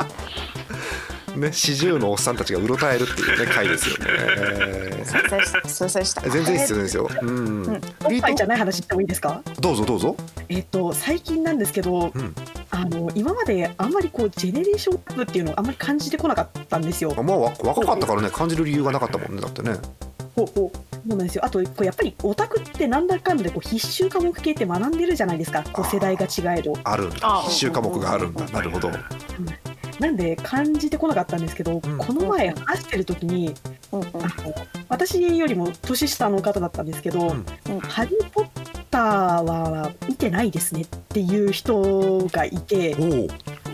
A: ーン ね四十のおっさんたちがうろたえるっていうね回ですよね
E: すいませんすいませんでした。
A: 全然いいっすよ全然いいっすようん
D: おっぱいじゃない話してもいいですか？
A: どうぞどうぞ
D: えっと最近なんですけど、
A: うん
D: あの今まであんまりこうジェネレーションギャップっていうのをあんまり感じてこなかったんですよ。
A: まあわ若かったからね感じる理由がなかったもんねだってね
D: ほうほうそうなんですよあとこうやっぱりオタクってなんだかんだでこう必修科目系って学んでるじゃないですかこう世代が違えど
A: あるんだ
E: あ
A: 必修科目があるんだなるほど
D: なんで感じてこなかったんですけど、
A: うん
D: この前話してる時に
E: うんうん
D: あの私よりも年下の方だったんですけど「
A: うん
E: うん
D: ハリー・ポッター」は見てないですねっていう人がいて
A: おお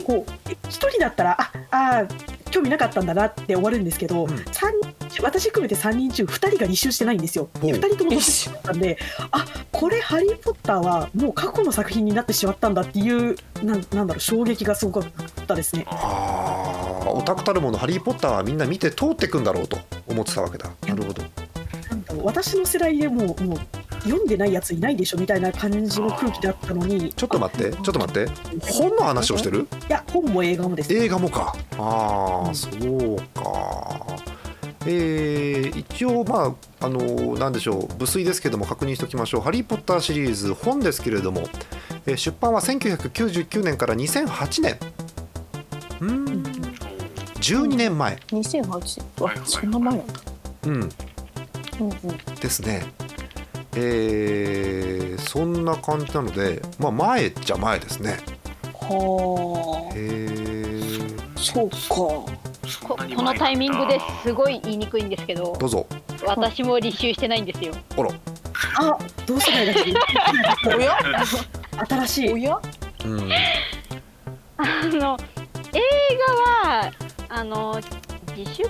D: こうえ一人だったらああー興味なかったんだなって終わるんですけど、
A: うん
D: 三人私含めて3人中2人が履修してないんですよ。
A: ほう
D: 2人とも年下だったんであこれ「ハリー・ポッター」はもう過去の作品になってしまったんだっていうなんなんだろう衝撃がすごかったですね。
A: あーオタクたるもの「ハリー・ポッター」はみんな見て通ってくんだろうと思ってたわけだなるほど
D: なんだろう私の世代でもうもう読んでないやついないでしょみたいな感じの空気だったのに
A: ちょっと待ってちょっと待って本の話をしてる
D: いや本も映画もです
A: 映画もかあ
D: う
A: あ
D: ん
A: そうかえー一応まああのーなんでしょう無粋ですけども確認しておきましょう「ハリー・ポッター」シリーズ本ですけれども、えー出版は1999年から2008年うん12年前、
E: 2008
B: はいはいは
E: わ
B: い
E: そんな前なんだ
A: うん、
E: うんうん
A: ですねえーそんな感じなのでまあ前っちゃ前ですね
E: はあ
A: へー
E: そうか
B: そ
C: こ
B: んなに
C: このタイミング
B: 前な
C: で
B: んだ
C: すごい言いにくいんですけど
A: どうぞ
C: 私も履修してないんですよ
A: あら
D: あ同世代だけど
E: おや
D: 新しい
E: おや
A: うん
C: あの映画はあの自粛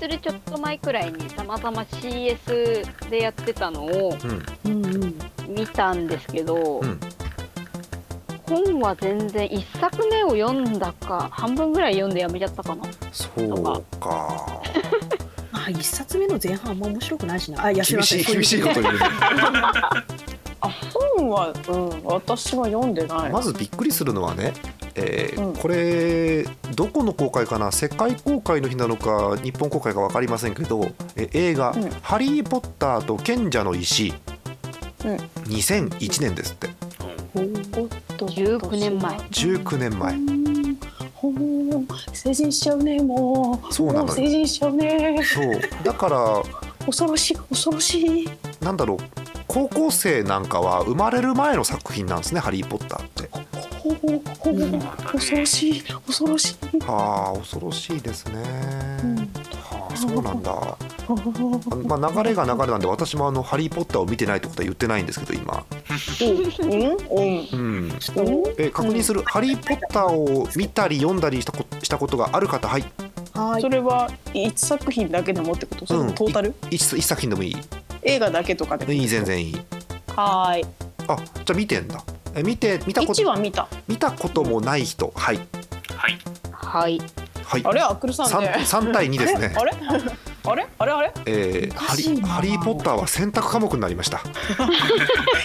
C: するちょっと前くらいにたまたま CS でやってたのを
A: うん
D: うんうん
C: 見たんですけど、
A: うん
C: 本は全然1作目を読んだか半分ぐらい読んでやめちゃったかな
A: そうか
D: あ一冊目の前半あんま面白くないしなあいやすい
A: 厳
D: ませ
A: し
D: ん
A: い厳しい
D: そう
A: こと
D: う
A: 言うね
E: あ本はうん私は読んでない、
A: まずびっくりするのはね、えー
E: うん
A: これどこの公開かな世界公開の日なのか日本公開か分かりませんけどえ映画、
E: うん
A: ハリー・ポッターと賢者の石」
E: うん
A: 2001年ですって
E: おっと
C: 19年前
A: 19年前
E: うんほん成人しちゃうねもう
A: そうなのよ
E: も成人しちゃうね
A: そうだから
E: 恐ろしい恐ろしい
A: なんだろう高校生なんかは生まれる前の作品なんですね「ハリー・ポッター」って。
E: ほうほう
D: うん
E: 恐ろしい恐ろしい
A: はあ恐ろしいですね。
E: うん
A: はあそうなんだ。
E: ほうほうほう
A: あのまあ、流れが流れなんで私もあの「ハリー・ポッター」を見てないってことは言ってないんですけど今。
E: うんうん
A: うん
D: ちょっと
A: えー確認する「ハリー・ポッター」を見たり読んだりしたこしたことがある方はい
D: はーい
E: それは一作品だけでもってことそれともトータル、
A: 一一作品でもいい
E: 映画だけとかでも
A: いい全然いい
E: はーい
A: あじゃあ見てんだえー見て見たこ
E: 1
A: と
E: は見た
A: 見たこともない人はい
B: はい
C: はい
A: はい
E: あれアクルさんで
A: 三三対二ですね
E: あれあれあれあれ
A: えー
D: お
A: ハ
D: か
A: リ
D: しいな
A: ハリー・ポッター」は選択科目になりました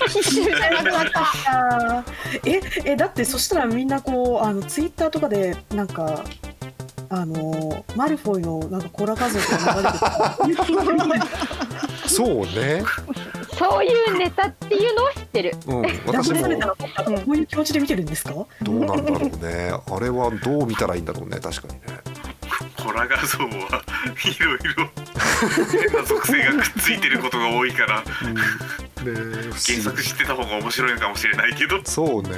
D: 必修じゃなくなったええだってそしたらみんなこうあのツイッターとかでなんかあのマルフォイのなんかコラ画像とか流れてた
A: そうね、
C: そういうネタっていうのは知ってる
A: うん、
D: ダ
A: 私
D: ブル
A: も
D: されたのこういう気持ちで見てるんですか
A: どうなんだろうねあれはどう見たらいいんだろうね確かにね
B: ホラ画像はいろいろ変な属性がくっついてることが多いから
A: ね
B: 原作知ってた方が面白いのかもしれないけど
A: そうね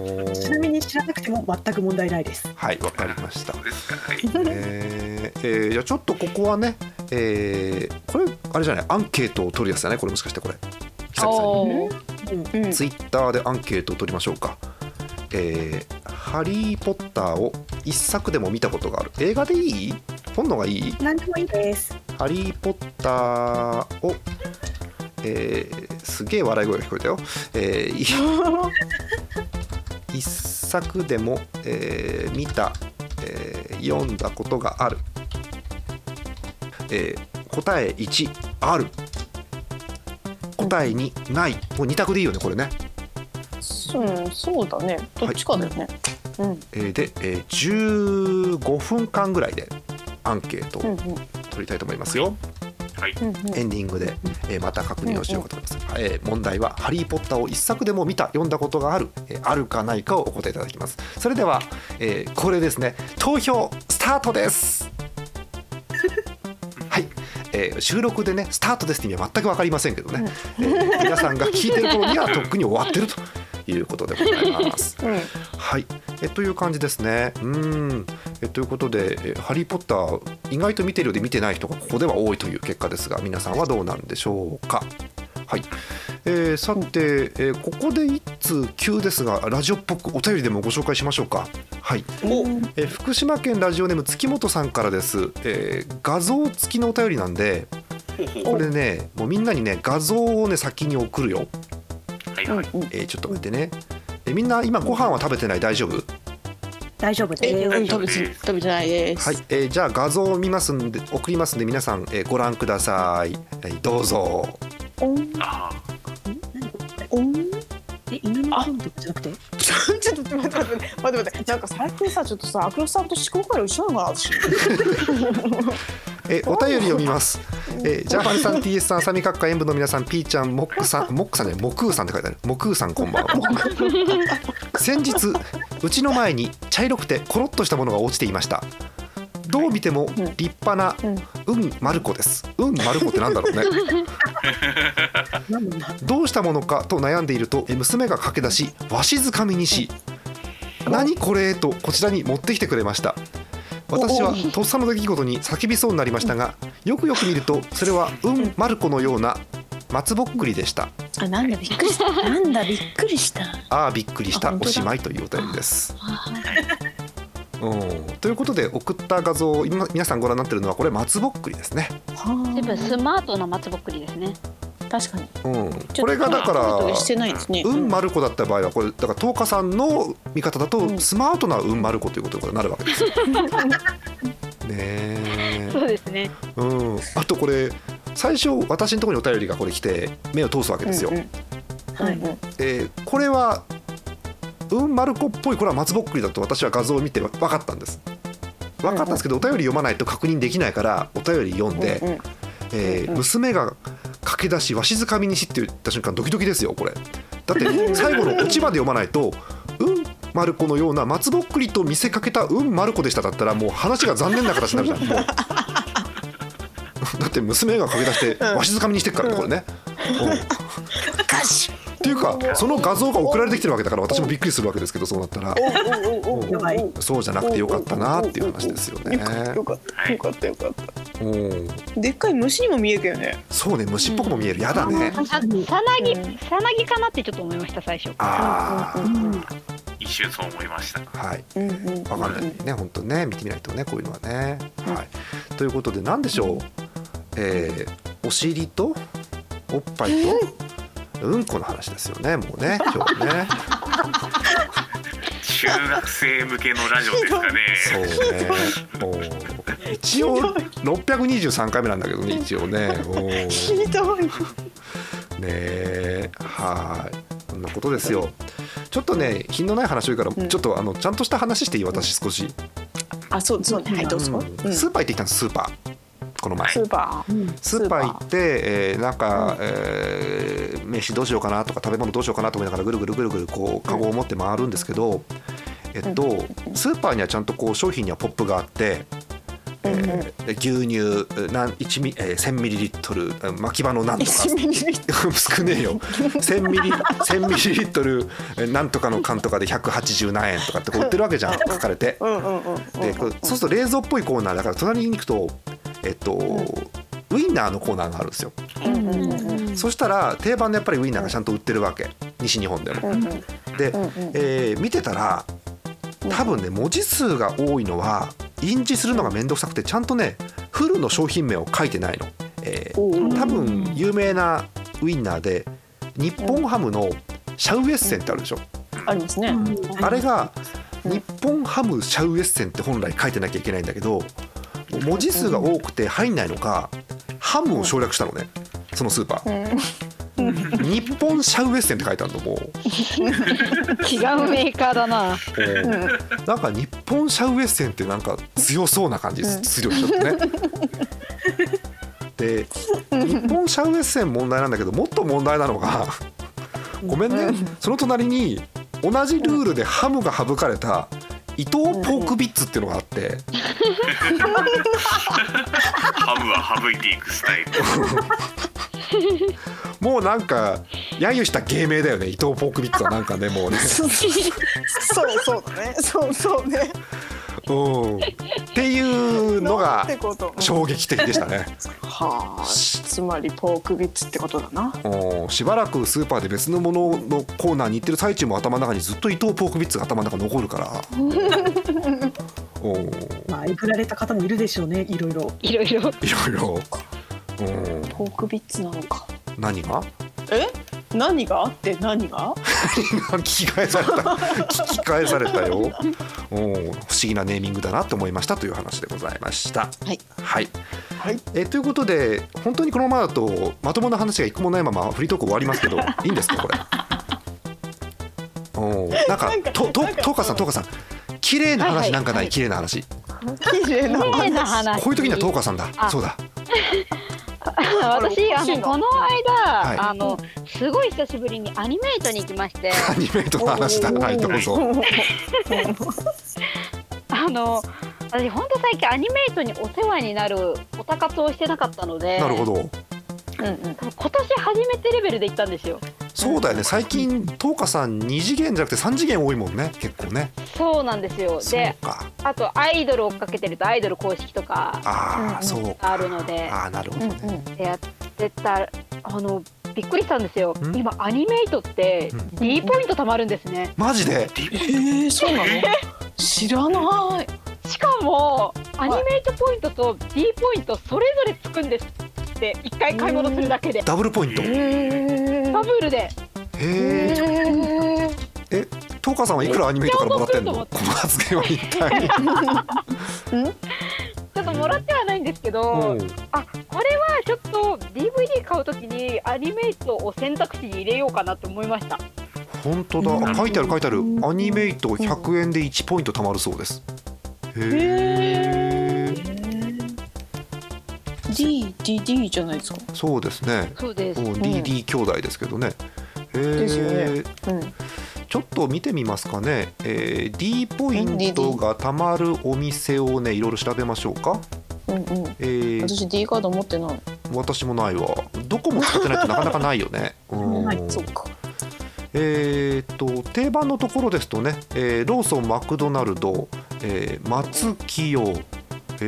A: おー
D: ちなみに知らなくても全く問題ないです。
A: はいわかりました
B: そうですかはい
A: えーえーじゃあちょっとここはね、えーこれあれじゃないアンケートを取るやつだねこれもしかしてこれ久々
E: お
D: う
E: ー
D: ん
E: うん
A: にツイッターでアンケートを取りましょうか「えーハリー・ポッター」を一作でも見たことがある映画でいい本のがいい
D: 何でもいいです。
A: ハリー・ポッターを、えーすげえ笑い声が聞こえたよ、えーい一作でも、えー見た、えー読んだことがある、えー答え1ある答え2ないもう2択でいいよねこれね、
E: うんそうだねどっちかだよね、うん
A: えーで、えー15分間ぐらいでアンケート
E: うん
A: を
E: うん
A: 取りたいと思いますよ、
B: はい
E: うんうん
A: エンディングで、ええーまた確認をしようかと思います、えー問題は「ハリー・ポッター」を一作でも見た読んだことがある、えーあるかないかをお答えいただきますそれでは、えーこれですね投票スタートです はい、えー収録でねスタートですって意味は全く分かりませんけどね、えー皆さんが聞いてる頃にはとっくに終わってるということでございます
E: うん
A: はい、えという感じですね。うーんえということでえ「ハリー・ポッター」意外と見てるようで見てない人がここでは多いという結果ですが皆さんはどうなんでしょうか。はいえーさて、えーここで一通急ですがラジオっぽくお便りでもご紹介しましょうか。はいえー福島県ラジオネーム月本さんからです、えー画像付きのお便りなんで
B: ほうほう
A: これねもうみんなにね画像をね先に送るよ、
B: はい
E: うん
B: はい
E: うん
A: えーちょっと待ってね、えみんな今ご飯は食べてない大丈夫
D: 大丈夫で
E: え
D: す。
E: うん食べて食べてないです。
A: はい、えーじゃあ画像を見ますんで送りますんで皆さん、えーご覧ください、えーどうぞ
E: おん
B: あ
E: おん。
D: え、犬の本とかじゃなくて
E: ちょちょっと待って待って待って待ってなんか最近さちょっとさアクロスさんと思考回路一緒なのかな私
A: えーお便り読みます、えージャパンさん TS さん浅見閣下演舞の皆さんピーちゃんモックさんモックさんじゃないモクーさんって書いてあるモクーさんこんばんは 先日うちの前に茶色くてコロッとしたものが落ちていましたどう見ても立派なうんまる子ですうんまる子ってなんだろうね
D: なんだろ
A: どうしたものかと悩んでいるとえ娘が駆け出しわしづかみにし「何これ?」とこちらに持ってきてくれました私はとっさの出来事に叫びそうになりましたがよくよく見るとそれはうんまる子のような松ぼっくりでした
E: あなんだびっくりしたなんだびっくりした
A: ああびっくりした
E: あ本当
A: お
E: だ
A: しまいというお便りです。うんということで送った画像を今皆さんご覧になってるのはこれ松ぼっくりですね。
E: は
C: 全部スマートな松ぼっくりですね。
E: あ確かに
A: うん、これがだか
E: ちょっと
A: ら
E: してないですね
A: 運丸子だった場合はこれだから東花さんの見方だ
E: う
A: と
E: ん
A: スマートな運丸子ということになるわけ ですよ。ねえ、
C: そうですね。
A: うん、あとこれ最初私のところにお便りがこれ来て目を通すわけですよ。
E: うんうん
D: うはい。
A: えーこれは運丸子っぽいこれは松ぼっくりだと私は画像を見て分かったんです。分かったんですけどお便り読まないと確認できないからお便り読んで、
E: うんうん
A: えー
E: うん
A: 娘が駆け出しわしづかみにしって言った瞬間ドキドキですよこれだって最後のオチまで読まないと「うんまる子のような松ぼっくりと見せかけたうんまる子でした」だったらもう話が残念な形になるじゃんもう だって娘が駆け出してわしづかみにしてっからねこれね、うんっていうかその画像が送られてきてるわけだから私もびっくりするわけですけどそうなったら
E: おおおお
D: やばい
A: そうじゃなくてよかったなっていう話ですよね
E: よかったよかったよかったよかっ
A: うん
E: たでっかい虫にも見えたよね
A: そうね虫っぽくも見えるやだね
C: ささなぎ、さなぎかなってちょっと思いました、最初。
A: あ
E: う
A: あ
E: んうん
B: 一瞬そう思いました
A: はい
E: うんうんうん
A: わかんないね、本当ね、見てみないとね、こういうのはね。はい、ということで、なんでしょう、えーお尻とおっぱいとうんこの話ですよね、もうね、今日はね。
B: 中学生向けのラジオですかね
A: そうね、おー一応623回目なんだけどね、一応ね。おー
E: ひどい
A: ねえはいこんなことですよちょっとね品のない話を言うから、
E: うん
A: ちょっとあのちゃんとした話していい私少し、
E: あそうそうねはいどうぞ
A: ん
E: うん
A: スーパー行ってきたんですスーパーこの前
E: スーパー
A: スーパー行って、えーなんか、えー飯どうしようかなとか食べ物どうしようかなと思いながらぐるぐるぐるぐるこうカゴを持って回るんですけど、えっと、スーパーにはちゃんとこう商品にはポップがあって。えーで牛乳なん1ミ、えー、1000ミリリットルうん巻き場のなんとか
E: 1ミリリッ
A: 少ねえよ1000ミリ1000ミリリットルえーなんとかの缶とかで180何円とかってこう売ってるわけじゃん書かれて
E: うんうんうんうん
A: でこうそうすると冷蔵っぽいコーナーだから隣に行くとえっと、ウインナーのコーナーがあるんですよ、
E: うんうんうんうん
A: そしたら定番のやっぱりウインナーがちゃんと売ってるわけ西日本でも。
E: うんうん
A: で、
E: うんうん
A: えー見てたら多分ね文字数が多いのは印字するのが面倒くさくてちゃんとねフルの商品名を書いてないの。えー
E: おー
A: 多分有名なウインナーで日本ハムのシャウエッセンってあるでしょ、
E: ありますね。
A: あれが「日本ハムシャウエッセン」って本来書いてなきゃいけないんだけど文字数が多くて入んないのかハムを省略したのねそのスーパー「日本シャウエッセン」って書いてあるのもう
C: 違うメーカーだな。
A: なんか日本 シャウエッセンってなんか強そうな感じです、強いちょっとね。で日本シャウエッセン問題なんだけどもっと問題なのがごめんねその隣に同じルールでハムが省かれた伊藤ポークビッツっていうのがあって
B: ハムは省いていくスタイル
A: もうなんか揶揄した芸名だよね伊藤ポークビッツはなんかねもう ね。
E: そうそうだねそうそうね
A: うん、っていうのが
E: ってこと
A: 衝撃的でしたね。
E: はあつまりポークビッツってことだな
A: おーしばらくスーパーで別のもののコーナーに行ってる最中も頭の中にずっと伊藤ポークビッツが頭の中に残るから。おー
D: まあ、えぐられた方もいるでしょうね、いろいろ。
C: いろいろ
A: いろいろ。おー
E: ポークビッツなのか
A: 何が
E: え何があって何が
A: 聞き返され た聞き返されたよおー不思議なネーミングだなと思いましたという話でございました。
E: はい、
A: はい
E: はい
A: えということで本当にこのままだとまともな話が一個もないままフリートーク終わります けどいいんですかこれおーなんか
E: なんか
A: とと
E: なんか
A: とうかさんとうかさん綺麗な
C: はいは
A: 話
C: い
A: なんかな
C: はい
E: い
A: 綺麗な話
E: 綺麗な
C: 綺麗な話
A: こういう時にはとうかさんだ
C: あ
A: そうだ
C: 私あのこの間、
A: はい
C: あのすごい久しぶりにアニメイトに行きまして
A: アニメートの話だ
E: おー
A: はいどうぞ
C: あの私本当最近アニメイトにお世話になるおたかとをしてなかったので
A: なるほど
E: うんう
C: 今
E: ん
C: 年初めてレベルで行ったんですよ
A: そうだよね最近とうかさん2次元じゃなくて3次元多いもんね結構ね
C: そうなんですよ
A: そう
C: で
A: か
C: あとアイドル追っかけてるとアイドル公式とか
A: ああそうか
C: あるので
A: ああなるほどね
C: でやってたあのびっくりしたんですよ
A: ん
C: 今アニメイトって
A: うん
C: D ポイント貯まるんですね
A: マジで
E: えー、そうなの知らない
C: しかもアニメイトポイントと D ポイントそれぞれつくんですって一回買い物するだけで
A: ダブルポイントへ
E: え
C: ダブルで
A: え
E: ー、
A: トーカーさんはいくらアニメイトからもらってんのこの発言は一体
C: ちょっともらってはないんですけど、あこれはちょっと DVD 買うときにアニメイトを選択肢に入れようかなと思いました
A: 本当だあ書いてある書いてあるアニメイト100円で1ポイント貯まるそうですへえ
E: DDD じゃないですか
A: そうですね
C: そうです
A: うん DD 兄弟ですけどね
E: ですよ
A: へえ
E: ねうん
A: ちょっと見てみますかね、えー D ポイントが貯まるお店をねいろいろ調べましょうか、
E: うんうん
A: えー
E: 私 D カード持ってない
A: 私もないわどこも使ってないとなかなかないよねうん
D: ない
E: そっか
A: えー、と定番のところですとね、えーローソン、マクドナルド、えー、松清、えー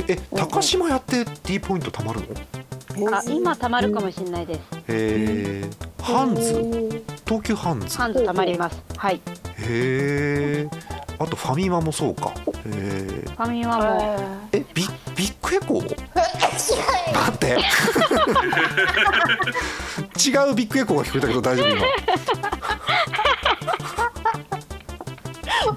A: え高島屋って D ポイント貯まるの、
C: あ今貯まるかもしれないです
A: えーハンズ東急ハンズ
C: ハンズ貯まりますはい
A: へえあとファミマもそうかえ
C: ファミマ
E: あ
C: も
A: ーえビビッグエコーも 待って 違うビッグエコーが聞こえたけど大丈夫今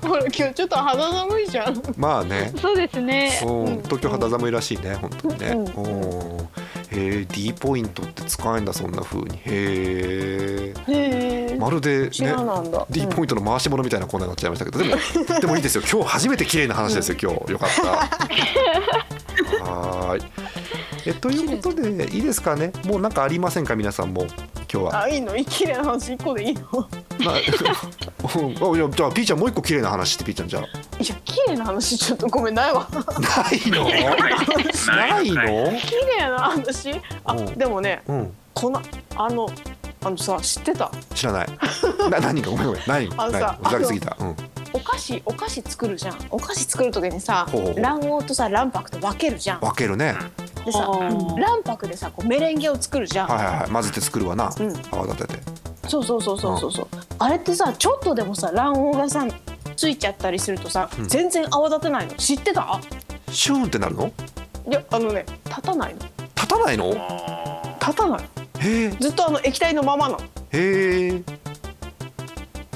E: ほら今日ちょっと肌寒いじゃん
A: まあね
C: そうですね
A: うん、東京肌寒いらしいね、本当にね。
E: う
A: おーへえ、D ポイントって使えんだそんな風に。へ
E: へえ
A: え。まるでね、
E: 知らなんだ
A: D ポイントの回し物みたいなコーナーになっちゃいましたけど、でもでもいいですよ。今日初めて綺麗な話ですよ。今日よ かった。はーい。えということでいいですかね。もうなんかありませんか皆さんもう今日は。
E: あいいの綺麗な話一個でいいの
A: まあ うんあいやじゃあ P ちゃんもう一個綺麗な話して P ちゃんじ ゃあ。
E: いや綺麗な話ちょっとごめんないわ
A: ないの？ないの？
E: 綺麗な話あ
A: うん
E: でもね
A: うん。
E: このあのあのさ知ってた
A: 知らない。 な何かごめんごめん。何？
E: あの
A: 何？
E: さ
A: ふざけすぎた。うん。
E: お菓子お菓子作るじゃんお菓子作る時にさ
A: ほうほうほう
E: 卵黄とさ卵白と分けるじゃん
A: 分けるね。
E: でさ
C: ー
E: 卵白でさこうメレンゲを作るじゃん、
A: はいはいはい。混ぜて作るわな。
E: うん
A: 泡立てて。
E: そうそうそうそうそうそうあれってさちょっとでもさ卵黄がさついちゃったりするとさ、
A: うん
E: 全然泡立てないの知ってた
A: シューンってなるの？
E: いやあのね立たないの
A: 立たないの？
B: あ
E: 立たない
A: へえ
E: ずっとあの液体のままなの
A: へえ。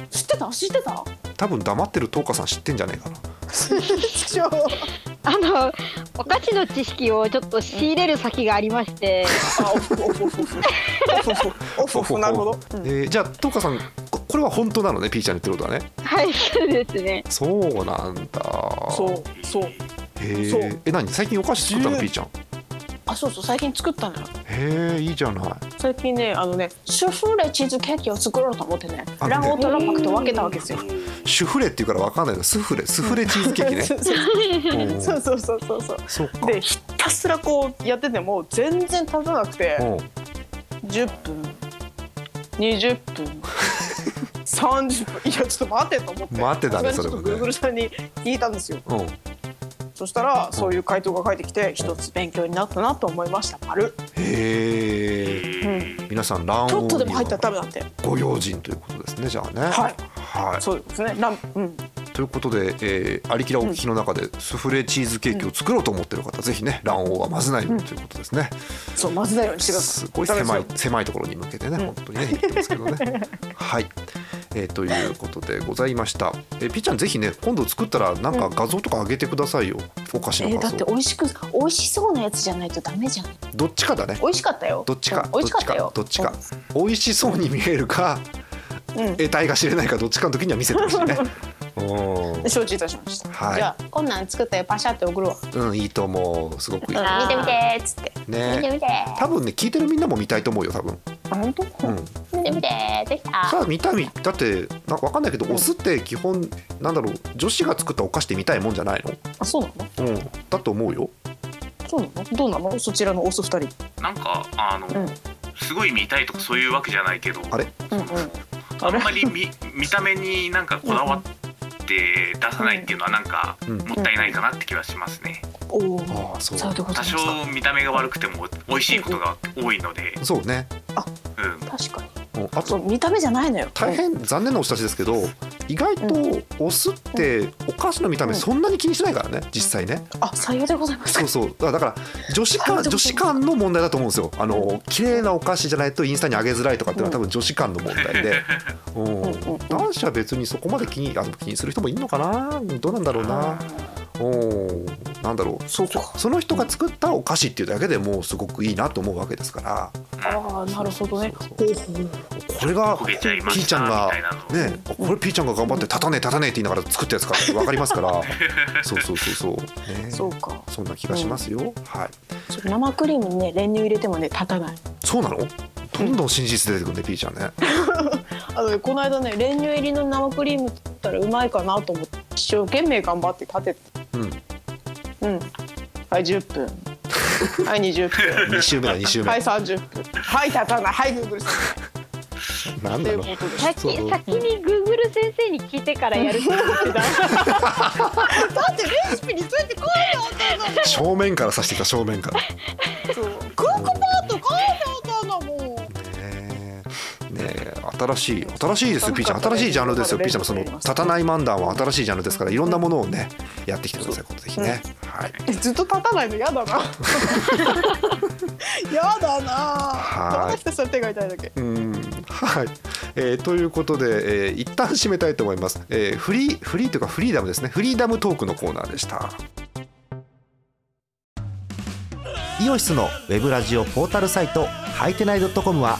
E: 知ってた知ってた
A: 多分黙ってるトーカさん知ってんじゃねえかな。
E: そう
C: あのお菓子の知識をちょっと仕入れる先がありま して
E: あオフオフオフオフオフオフオフなるほど、うん
A: えーじゃあトーカさんここれは本当なのね。ピーちゃんの言ってることはね。
C: はいそうですね
A: そうなんだ。
E: そうそう
A: へ
E: そう
A: え。え何？最近お菓子作ったの
E: 十
A: ピーちゃん。
E: あそうそう最近作ったのよ
A: へへえいいじゃない
E: 最近ねあのねシュフレチーズケーキを作ろうと思ってね
A: あ
E: 卵黄と卵白と分けたわけですよ。
A: シュフレっていうから分かんないけどスフレスフレチーズケーキ
E: そう
A: ねおー
E: そうそうそうそうそう
A: そうか
E: でひたすらこうやってても全然立たなくて
A: うん
E: 10分20分 30分いやちょっと待てと思って
A: 待てだね
E: さすがにちょっ
A: それも
E: と
A: ね
E: Google さんに聞いたんですよ
A: うん
E: そしたらそういう回答が返ってきて一つ勉強になったなと思いました丸
A: へえ
E: うん
A: 皆さん卵
E: ち
A: 黄
E: ょっとでも入った
A: は
E: らダメだって
A: ご用心ということですねじゃあね
E: はい
A: はい
E: そうですねランうん
A: ということで、えー、アリキラお聞きの中でスフレチーズケーキを作ろうと思ってる方、ぜひね卵黄は混ぜないようにということですね、
E: そう混ぜないようにしてくださ
A: す
E: い
A: ごい
E: ダ
A: 狭
E: メ
A: い
E: ですよ
A: 狭いところに向けてね、
E: うん
A: 本当にね言ってますけど ねはい、えーということでございましたえー、ピーちゃんぜひね今度作ったらなんか画像とか上げてくださいよお菓子
E: え
A: の
E: ーだ
A: 画
E: っ
A: 像、
E: て美味しく美味しそうなやつじゃないとダメじゃん
A: どっちかだね
E: 美味しかったよ
A: どっちか
E: うん美味しかったよ
A: どっちか美味しそうに見えるか
E: うん
A: 得体が知れないかどっちかの時には見せてほし いねお
E: 承知いたしました、
A: はい
E: じゃあこんなん作ったよパシャって送るわ、
A: うんいいと思うすごくいい
E: うん
C: あー
E: 見てみてーっつって
A: ね
F: 見て
A: 多分ね聞いてるみんなも見たいと思うよ多分
E: あ本当、
A: うん
F: 見て見てできた
A: さあ見た見だってなんかわかんないけど、お酢って基本なんだろう女子が作ったお菓子って見たいもんじゃない
E: あそうなの
A: の、うん、だと思うよ
E: そうなのどうなのそちらのオス二人
B: なんかあの、
E: うん
B: すごい見たいとかそういうわけじゃないけど
A: あれ
E: うんうん
B: あんまり見見た目になんかこだわって出さないっていうのはなんか
A: うん
B: もったいないかなって気はしますね
E: おお
A: ああそう
E: そうでご
B: 多
E: ざいます
B: 少見た目が悪くても美味しいことが多いので、
A: そうね、
B: うん、
E: 確かに
A: うん、あと
E: そう見た目じゃないのよ
A: 大変残念なお達しですけど意外とお酢ってお菓子の見た目そんなに気にしないからね実際ね
E: あ採用でございます
A: そうそうだから女子
E: あ
A: 間
E: でも
A: 女子間の問題だと思うんですよあの綺麗なお菓子じゃないとインスタに上げづらいとかっていうのは多分女子間の問題 で、うん
E: うんうんうん
A: 男子は別にそこまで気にあでも気にする人もいるのかなどうなんだろうなおなんだろう
E: そうか
A: その人が作ったお菓子っていうだけでもうすごくいいなと思うわけですから
E: ああなるほどね
A: そう
E: ほ
A: そう
E: ほう
A: これが
B: 焦げちゃいま
A: ピー
B: し
A: ちゃ
B: た
A: ん
B: み
A: が
B: たいなのを、
A: ねこれピーちゃんが頑張って立たねえ立たねえって言いながら作ったやつかって分かりますから そうそうそうそう、ね、
E: そうか
A: そんな気がしますよ、はい
E: そう生クリームにね練乳入れてもね立たない
A: そうなのどんどん真実出てくるねピーちゃんね
E: あのねこの間ね練乳入りの生クリームだったらうまいかなと思って一生懸命頑張って立てて
A: うん
E: うんはい10分はい20分
A: 2週目だ2週目、
E: はい30分はい立たないはいグーグルさん
A: なんだろう
E: とで
C: 先
A: そう
C: 先に Google 先生に聞いてからやるって言ってた
E: だってレシピについてこいよ
A: 正面からさしてた正面から
E: クックパッド買えよあんなもん
A: ねえねえ新しい新しいですよピーちゃん新しいジャンルですよピーちゃんもその立たない漫談は新しいジャンルですからいろんなものをねやってきてくださいぜひね、はい
E: えずっと立たないのや だなやだな立たなくてそれ手が痛いだけ
A: うんはい、えーということで、えー一旦締めたいと思います、えーフリーフリーというかフリーダムですねフリーダムトークのコーナーでした
H: イオシスのウェブラジオポータルサイトはいてない .com は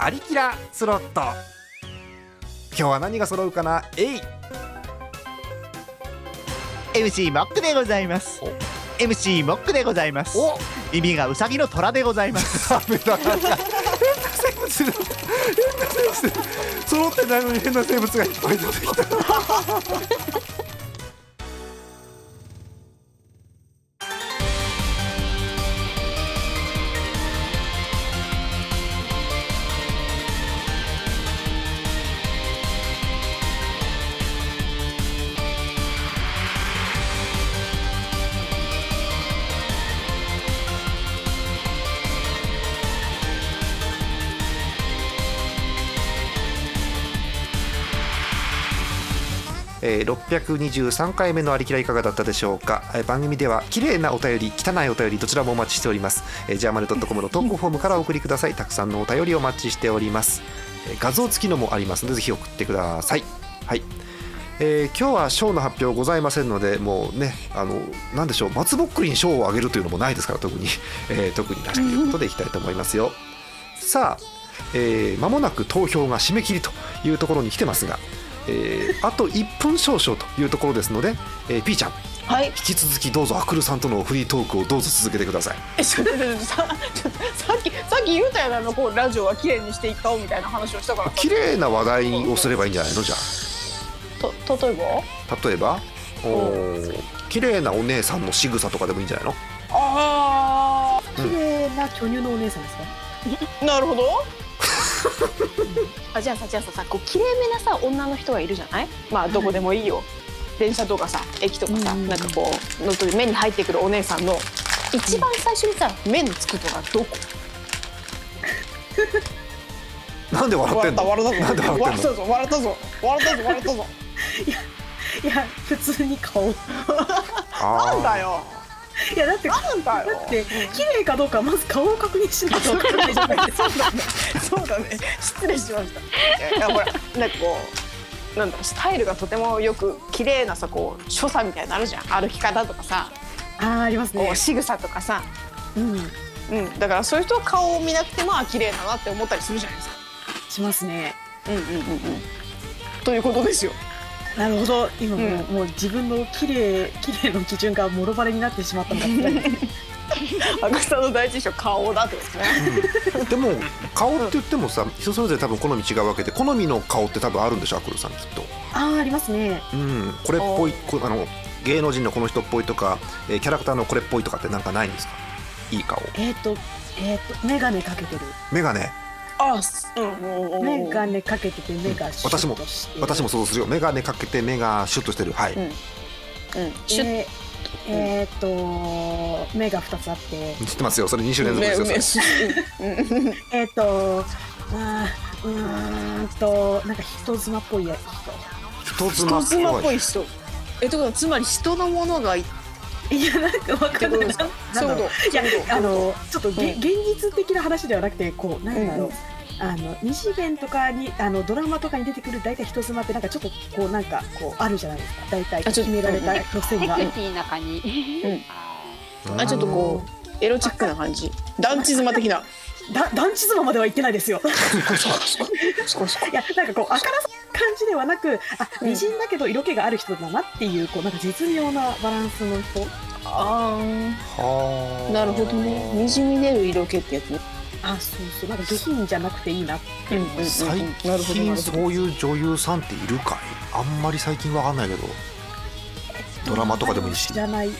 H: アリキラスロット今日は何が揃うかなえい
I: MC モックでございます。MC モックでございます。耳がウサギの虎でござい ます。
A: ダメだなんか変な生物だ変な生物だ揃ってないのに変な生物がいっぱい出てきたえー623回目のありきらいかがだったでしょうか、えー番組では綺麗なお便り汚いお便りどちらもお待ちしております、えー、ジャーマル .com の投稿フォームからお送りくださいたくさんのお便りをお待ちしております、えー画像付きのもありますのでぜひ送ってくださいはいえー今日は賞の発表ございませんのでもうねあのなんでしょう松ぼっくりに賞をあげるというのもないですから特に、えー特になしということでいきたいと思いますよさあえー間もなく投票が締め切りというところに来てますが、えーあと1分少々というところですので、えー、P ちゃん
E: はい
A: 引き続きどうぞアクルさんとのフリートークをどうぞ続けてください
E: えちょっと待ってさちょっとさっきさっき言うたよなあのこうラジオは綺麗にしていこうみたいな話をしたから
A: 綺麗な話題をすればいいんじゃないのじゃ
E: と例えば
A: あ例えばおー綺麗なお姉さんの仕草とかでもいいんじゃないの
E: あ
D: 綺麗な巨乳のお姉さんですね。
E: あなるほど あじゃあさじゃあささこう綺麗めなさ女の人がいるじゃないまあどこでもいいよ、電車とかさ駅とかさ、なんかこうの目に入ってくるお姉さんの一番最初にさ目につくのがどこ
A: なんで笑ってんのなんで笑
E: 笑
A: っ
E: って
A: ん
E: た
A: の
E: ぞ笑ったぞ笑ったぞ笑ったぞ
D: いや普通に顔。い
A: あ
E: なん
A: ー
E: だよ
D: やだってだ
E: なんだよ
D: って綺麗かどうかまず顔を確認しないとわからないじゃないですか。
E: そうだね。そうだね。失礼しました。いやいやほら、なんかこう、なんだろう、スタイルがとてもよく綺麗なさ、こう所作みたいなのあるじゃん。歩き方とかさ、
D: あーあります
E: こ
D: ね
E: う。仕草とかさ、
D: うん
E: うん。だからそういう人は顔を見なくてもあ綺麗だなって思ったりするじゃないですか。
D: しますね。
E: うんうんうんうん。ということですよ。
D: なるほど今もう,、もう自分の綺麗綺麗の基準がもろバレになってしまったんだって。
E: 赤さんの第一印象顔だってことですね。
A: でも顔って言ってもさ人それぞれ多分好み違うわけで好みの顔って多分あるんでしょアクルさんきっと
D: ああありますね。
A: うん、これっぽい
E: あ
A: こあの芸能人のこの人っぽいとか、えーキャラクターのこれっぽいとかってなんかないんですかいい顔
D: えっ、とえっ、とメガネかけてる。
A: メガネ
E: あ、すうんおーおー
D: メガネかけてて目がシュ
A: 私
D: ッ
A: も
D: としてる
A: 私も想像するよメガネかけて目がシュッとしてるはい、
E: うんうん。シュッ
D: でえっ、と目が二つあって
A: 知ってますよそれ2週連続
E: 目
A: ですよそ れ
E: 目シュッうんうん
D: えっ、とあーうーんとなんか人妻っぽいや人
A: 人
E: 人
A: 妻
E: 妻
A: っ
E: っ
A: ぽ
E: ぽ
A: い
E: い人。えってことはつまり人のものがいっ
D: いやなんか わ
E: て
D: かんな
E: こと
D: い
E: ですか
D: な。
E: そう
D: な
E: いうんこ
D: だろ
E: と
D: う。
E: そう
D: いや
E: いうこと
D: あのちょっとげ、
E: うん
D: 現実的な話ではなくてこうなんだろう、
E: うん
D: あの二次元とかにあのドラマとかに出てくる大体人妻ってなんかちょっとこうなんかこうあるじゃないですか大体
E: あちょ
D: 決
E: っと
D: められた路
C: セ
D: 線
C: ク
D: が、
C: シーな感じ。
E: うん
C: あ
E: あちょっとこうエロチックな感じ団地妻的な
D: だ団地妻までは言ってないです よ
E: 少し
D: いやなんかこうあからさまな感じではなくあ
E: うん
D: 美人だけど色気がある人だなっていうこうなんか絶妙なバランスの人
E: あ
A: は
E: あ
A: ー
E: なるほどねにじみ出る色気ってやつね
D: あそうそうなんか下品じゃなくていいな
E: うんうんうん
A: 最
E: なるほどな
A: 近
E: るほ
A: そういう女優さんっているかいあんまり最近わかんないけどドラマとかでもいいし
D: 知らないえっ、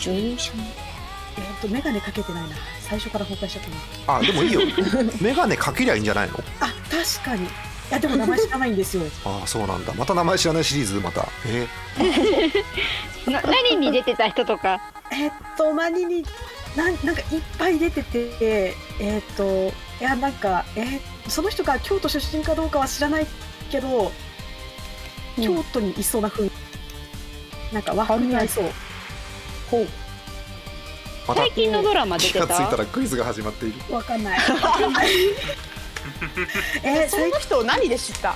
E: 女優さん
D: と眼鏡かけてないな最初から崩壊しちゃったな
A: あでもいいよ メガネかけりゃいいんじゃないの
D: あ確かにいやでも名前知らないんですよ
A: ああそうなんだまた名前知らないシリーズまたえ
C: ーな何に出てた人とか。
D: えっと何になんなんかいっぱい出ててえっといやなんかえーその人が京都出身かどうかは知らないけど
E: うん
D: 京都にいそうな風に、なんか和風に合いそう
E: ほう
A: また
C: 最近のドラマ出
A: 気
C: て
A: がついた
C: た。
A: らクイズが始まっている
D: わかんないえー、
E: そ
D: 最
E: の人を何で知 った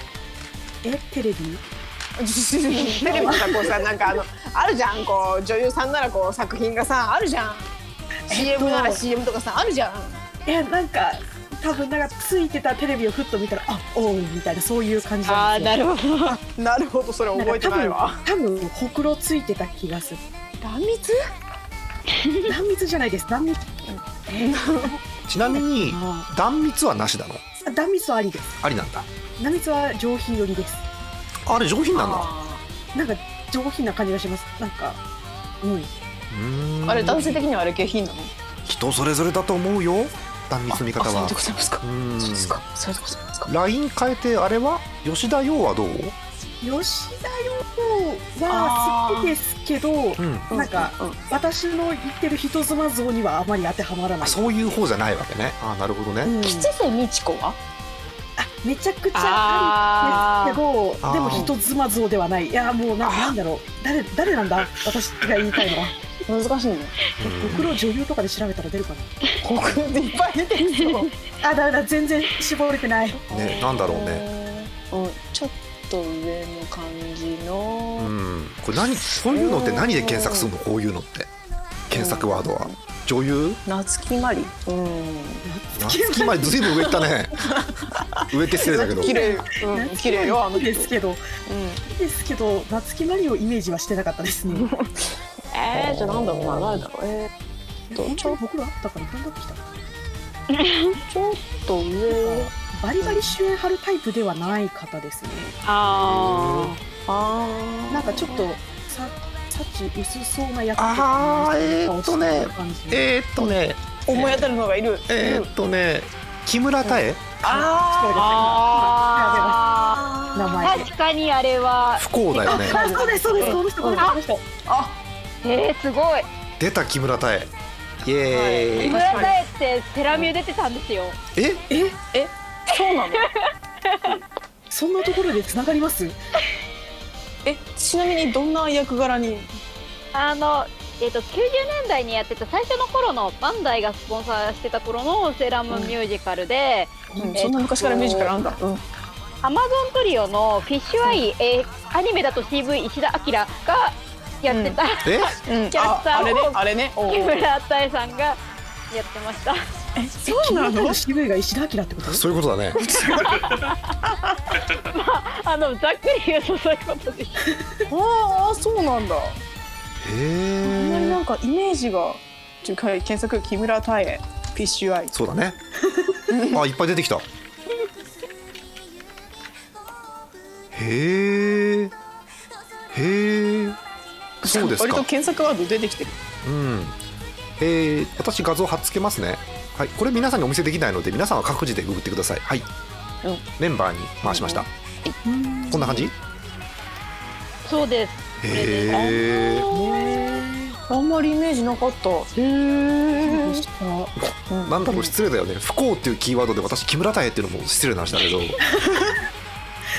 D: えテレビ
E: テレビとかこうさなんかあのあるじゃんこう女優さんならこう作品がさあるじゃん CM なら CM とかさあるじゃん
D: いやなんか多分なんかついてたテレビをふっと見たらあおうみたいなそういう感じ
C: あ
D: な
C: あ
D: ん
C: ー
D: ですよ
C: なるほど。
E: なるほどそれ覚えてないわ
D: 多分多分ほくろついてた気がする
E: 断蜜
D: 断蜜じゃないです断蜜
A: ちなみに
D: あ
A: 断蜜はなしだの
D: ー断蜜はありです
A: ありなんだ
D: 断蜜は上品寄りです
A: あれ上品なんだ
D: なんか上品な感じがしますなんかうん
A: うーん
E: あれ男性的にはあれ下品なの
A: 人それぞれだと思うよ断蜜の見方
E: あそう
A: は
E: でございますか
A: うーん
E: そうですかそうでございますか
A: LINE 変えてあれは吉田洋はどう、
D: 吉田洋は好きですけど
A: うん、
D: なんか
E: うんうん
D: 私の言ってる人妻像にはあまり当てはまらな
A: あ
D: い
A: そういう方じゃないわけねあなるほどね、
D: うん
E: 吉瀬美智子は
D: あめちゃくちゃあるんですけ
H: あー
D: どでも人妻像ではないいやもうななんだろう誰誰なんだ私が言いたいのは
E: 難しいね
D: 僕の女優とかで調べたら出るかな
E: ここでいっぱい出てる ぞ
D: あだめだ全然絞れてない
A: ねなんだろうね
E: うんちょっと上の感じ
A: う
E: の、
A: んこれ何そういうのって何で検索するのこういうのって検索ワードは女優
E: 夏木マリうん
A: 夏木までずいぶん上行った ね上って失礼だけど
E: 綺麗
D: な
E: うん綺麗よあの
D: いい
E: 人
D: ですけど
E: うん
D: いいですけど夏木マリをイメージはしてなかったですね
E: えー、じゃあなんだろうな誰だろうえーっとちょ
D: 僕らあったから飛んだってきた
E: ちょっと上
D: バリバリ主演張るタイプではない方ですね
C: あ
E: あー
D: なんかちょっとさ幸薄そうな役
A: あーえーっとねえーっとね
E: 思い当たるのがいる
A: えーっとね木村多江
E: あ
D: 名前
C: ー確かにあれは
A: 不幸だよね
D: あそうですそうですこの人この人この人
C: えー、すごい
A: 出た木村多江イエーイ、
C: 村田絵ってセラミュー出てたんですよ
A: え
E: そうなの
D: そんなところでつながります
E: えちなみにどんな役柄に
C: あのえー、と90年代にやってた最初の頃のバンダイがスポンサーしてた頃のセーラームーンミュージカルで、
E: うんそんな昔からミュージカルあんだうん
C: アマゾントリオのフィッシュアイ、えーアニメだと CV 石田明がやってた、
A: え
E: うん
C: キャ
E: あ
C: スター
E: あ
C: を
E: れねあれねおう
C: 木村多江さんが やってました
E: え そう
D: あ
E: な
D: なた
E: の
D: の渋いが石田明ってこと
A: そういうことだね
C: あのざっくり言うとそういうことです
E: ああそうなんだ
A: へ
E: あんまり
A: え
E: なんかイメージがちょ検索木村多江フィッシュアイ
A: そうだねあいっぱい出てきたへえへえそうです
E: 割と
A: か
E: 検索ワード出てきてる
A: うんえー、私画像貼っつけますねはいこれ皆さんにお見せできないので皆さんは各自でググってくださいはい、
E: うん
A: メンバーに回しました、こんな感じへ
C: そうです
A: え
E: あんまりイメージなかったへえ
A: なんだろう失礼だよね不幸っていうキーワードで私木村多江っていうのも失礼な話だけど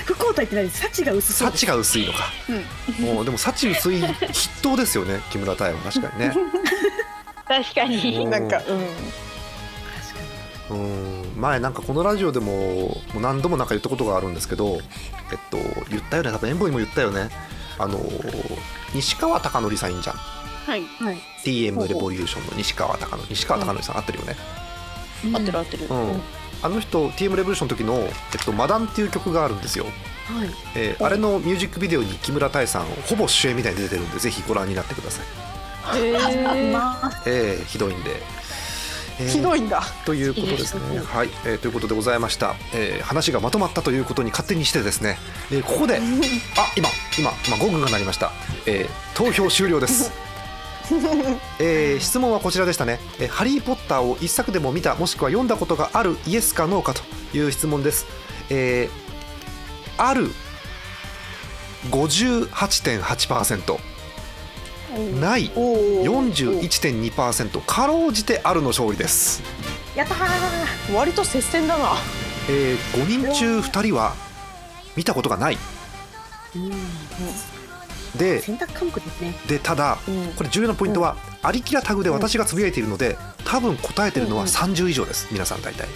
D: 不幸体ってない幸が薄そう
A: 幸が薄いのか、もうでも幸薄い筆頭ですよね 木村多江は確かにね
C: 確か に
E: なんかうん
A: うん前なんかこのラジオでももう何度もなんか言ったことがあるんですけど、えっと、言ったよね多分演舞にも言ったよねあの西川貴教さんいんじゃん
C: はい
D: はい
A: TM レボリューションの西川貴教西川貴教さん合ってるよね、
E: 合ってる合ってる
A: うんあの人 TM レボリューションの時の「えっと、マダン」っていう曲があるんですよ、
D: はい
A: えーあれのミュージックビデオに木村多江さんほぼ主演みたいに出てるんでぜひご覧になってください
E: へえ
D: まあ
A: えーひどいんで、えー
E: ひどいんだ
A: ということですね。はい、えーということでございました、えー話がまとまったということに勝手にしてですね、えーこ こで、あ今、今、今、ゴングが鳴りました、えー投票終了 です。えー質問はこちらでしたね、えーハリー・ポッターを一作でも見た、もしくは読んだことがあるイエスかノーかという質問です。えーある58.8%、ない41.2%、かろうじてあるの勝利です。
D: やったー
E: 割と接戦だな
A: え5人中2人は見たことがないで
D: 選択科目ですね
A: でただこれ重要なポイントはありきらタグで私がつぶやいているので多分答えてるのは30以上です皆さん大体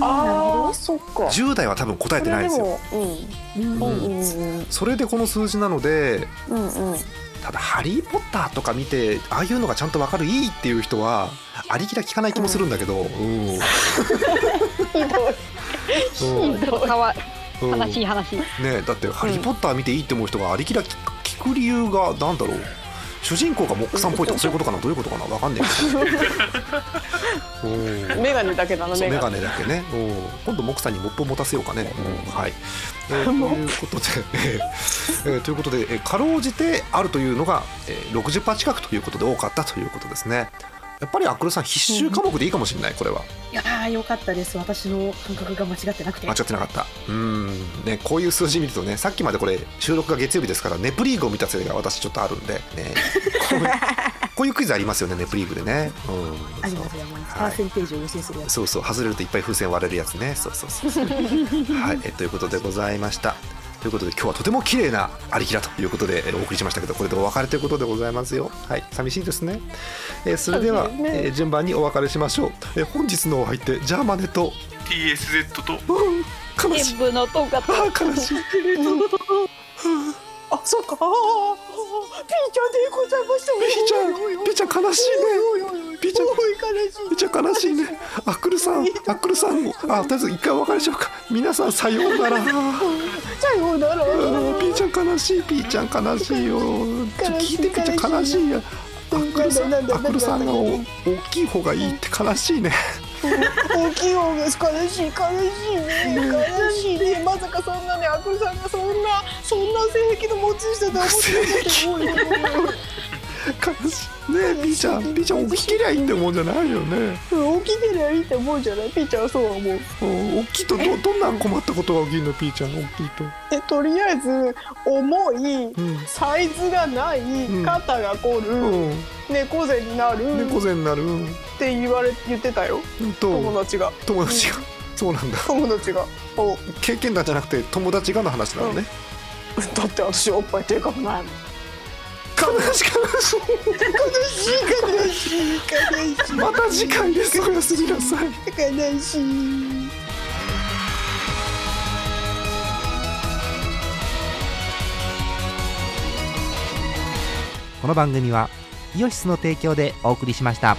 E: ああそっか
A: 10代は多分答えてないですよ
E: これでもうんうんうん
A: それでこの数字なので
E: うんうんうん
A: ただ「ハリー・ポッター」とか見てああいうのがちゃんと分かるいいっていう人はありきら聞かない気もするんだけ どうんうん
C: ちょっとかわ
A: うん
C: 悲しい話
A: ねだって「ハリー・ポッター」見ていいって思う人がありきら聞く聞く理由がなんだろう主人公がモックさんっぽいとかそういうことかなどういうことかなわかんないけどうん
E: メガネだけだな
A: そう
E: メ
A: メ
E: ガ
A: ガ
E: ネ
A: ネだけね、うん今度モックさんにモップを持たせようかね、うんはい、えーということで、えーえーということで、えーかろうじてあるというのが、えー、60%近くということで多かったということですねやっぱりアクロさん必修科目でいいかもしれないこれはい
D: やーよかったです私の感覚が間違ってなくて
A: 間違ってなかったうんねこういう数字見るとねさっきまでこれ収録が月曜日ですからネプリーグを見たせいが私ちょっとあるんでねこういう こういうクイズありますよねネプリーグでねうん
D: ありが
A: そ
D: と
A: う
D: うございますパ
A: はい
D: ーセンテージを予想するやつ
A: そうそう外れるといっぱい風船割れるやつねそうそうそうそうはいえということでございましたということで今日はとても綺麗なありきらということでえお送りしましたけどこれでお別れということでございますよはい寂しいですね、えーそれでは、えー順番にお別れしましょう、えー本日のお相手ジャーマネと
B: TSZ と
A: うん悲しい
C: 全部のトンカ
A: あ ー悲しい
E: あそうかああピーちゃんでございました
A: ピーちゃんピーちゃん悲しいねピーちゃんピーちゃん悲しいねアックルさんアックルさんもあとりあえず一回お別れしようか皆さんさようなら
E: さようなら
A: うんピーちゃん悲しいピーちゃん悲しいよちょ聞いてピーちゃん悲しいよアックルさんア
E: なんだなん
A: ッ
E: だ
A: クルさんがお
E: なん
A: 大きい方がいいって悲しいね
E: 大きい方が悲しい悲しいね悲しいねまさかそんなねアクルさんがそんなそんな性癖の持ち主だと思ってなかったよ
A: 悲しいねえピーちゃんピーちゃん大きけりゃいいってもんじゃないよね
E: うん起きてりゃいいって思うじゃないピーちゃんはそうは思
A: う
E: う
A: ん大きいとどどんな困ったことが起きるのピーちゃん大きいと
E: でとりあえず重い
A: うん
E: サイズがない
A: ん
E: 肩が凝る、
A: うん
E: 猫背になる
A: 猫
E: っ
A: 背になるうん
E: て言われ言ってたよ
A: うん
E: 友
A: と
E: 達が
A: 友達がそうなんだ
E: 友達がお
A: 経験談じゃなくて友達がの話なのね
E: だって私おっぱいでかくないもん
A: 悲しい悲し
E: 悲しい悲しい悲しい
A: いまた次回ですおやすみなさい
E: 悲しい
H: この番組はイオシスの提供でお送りしました。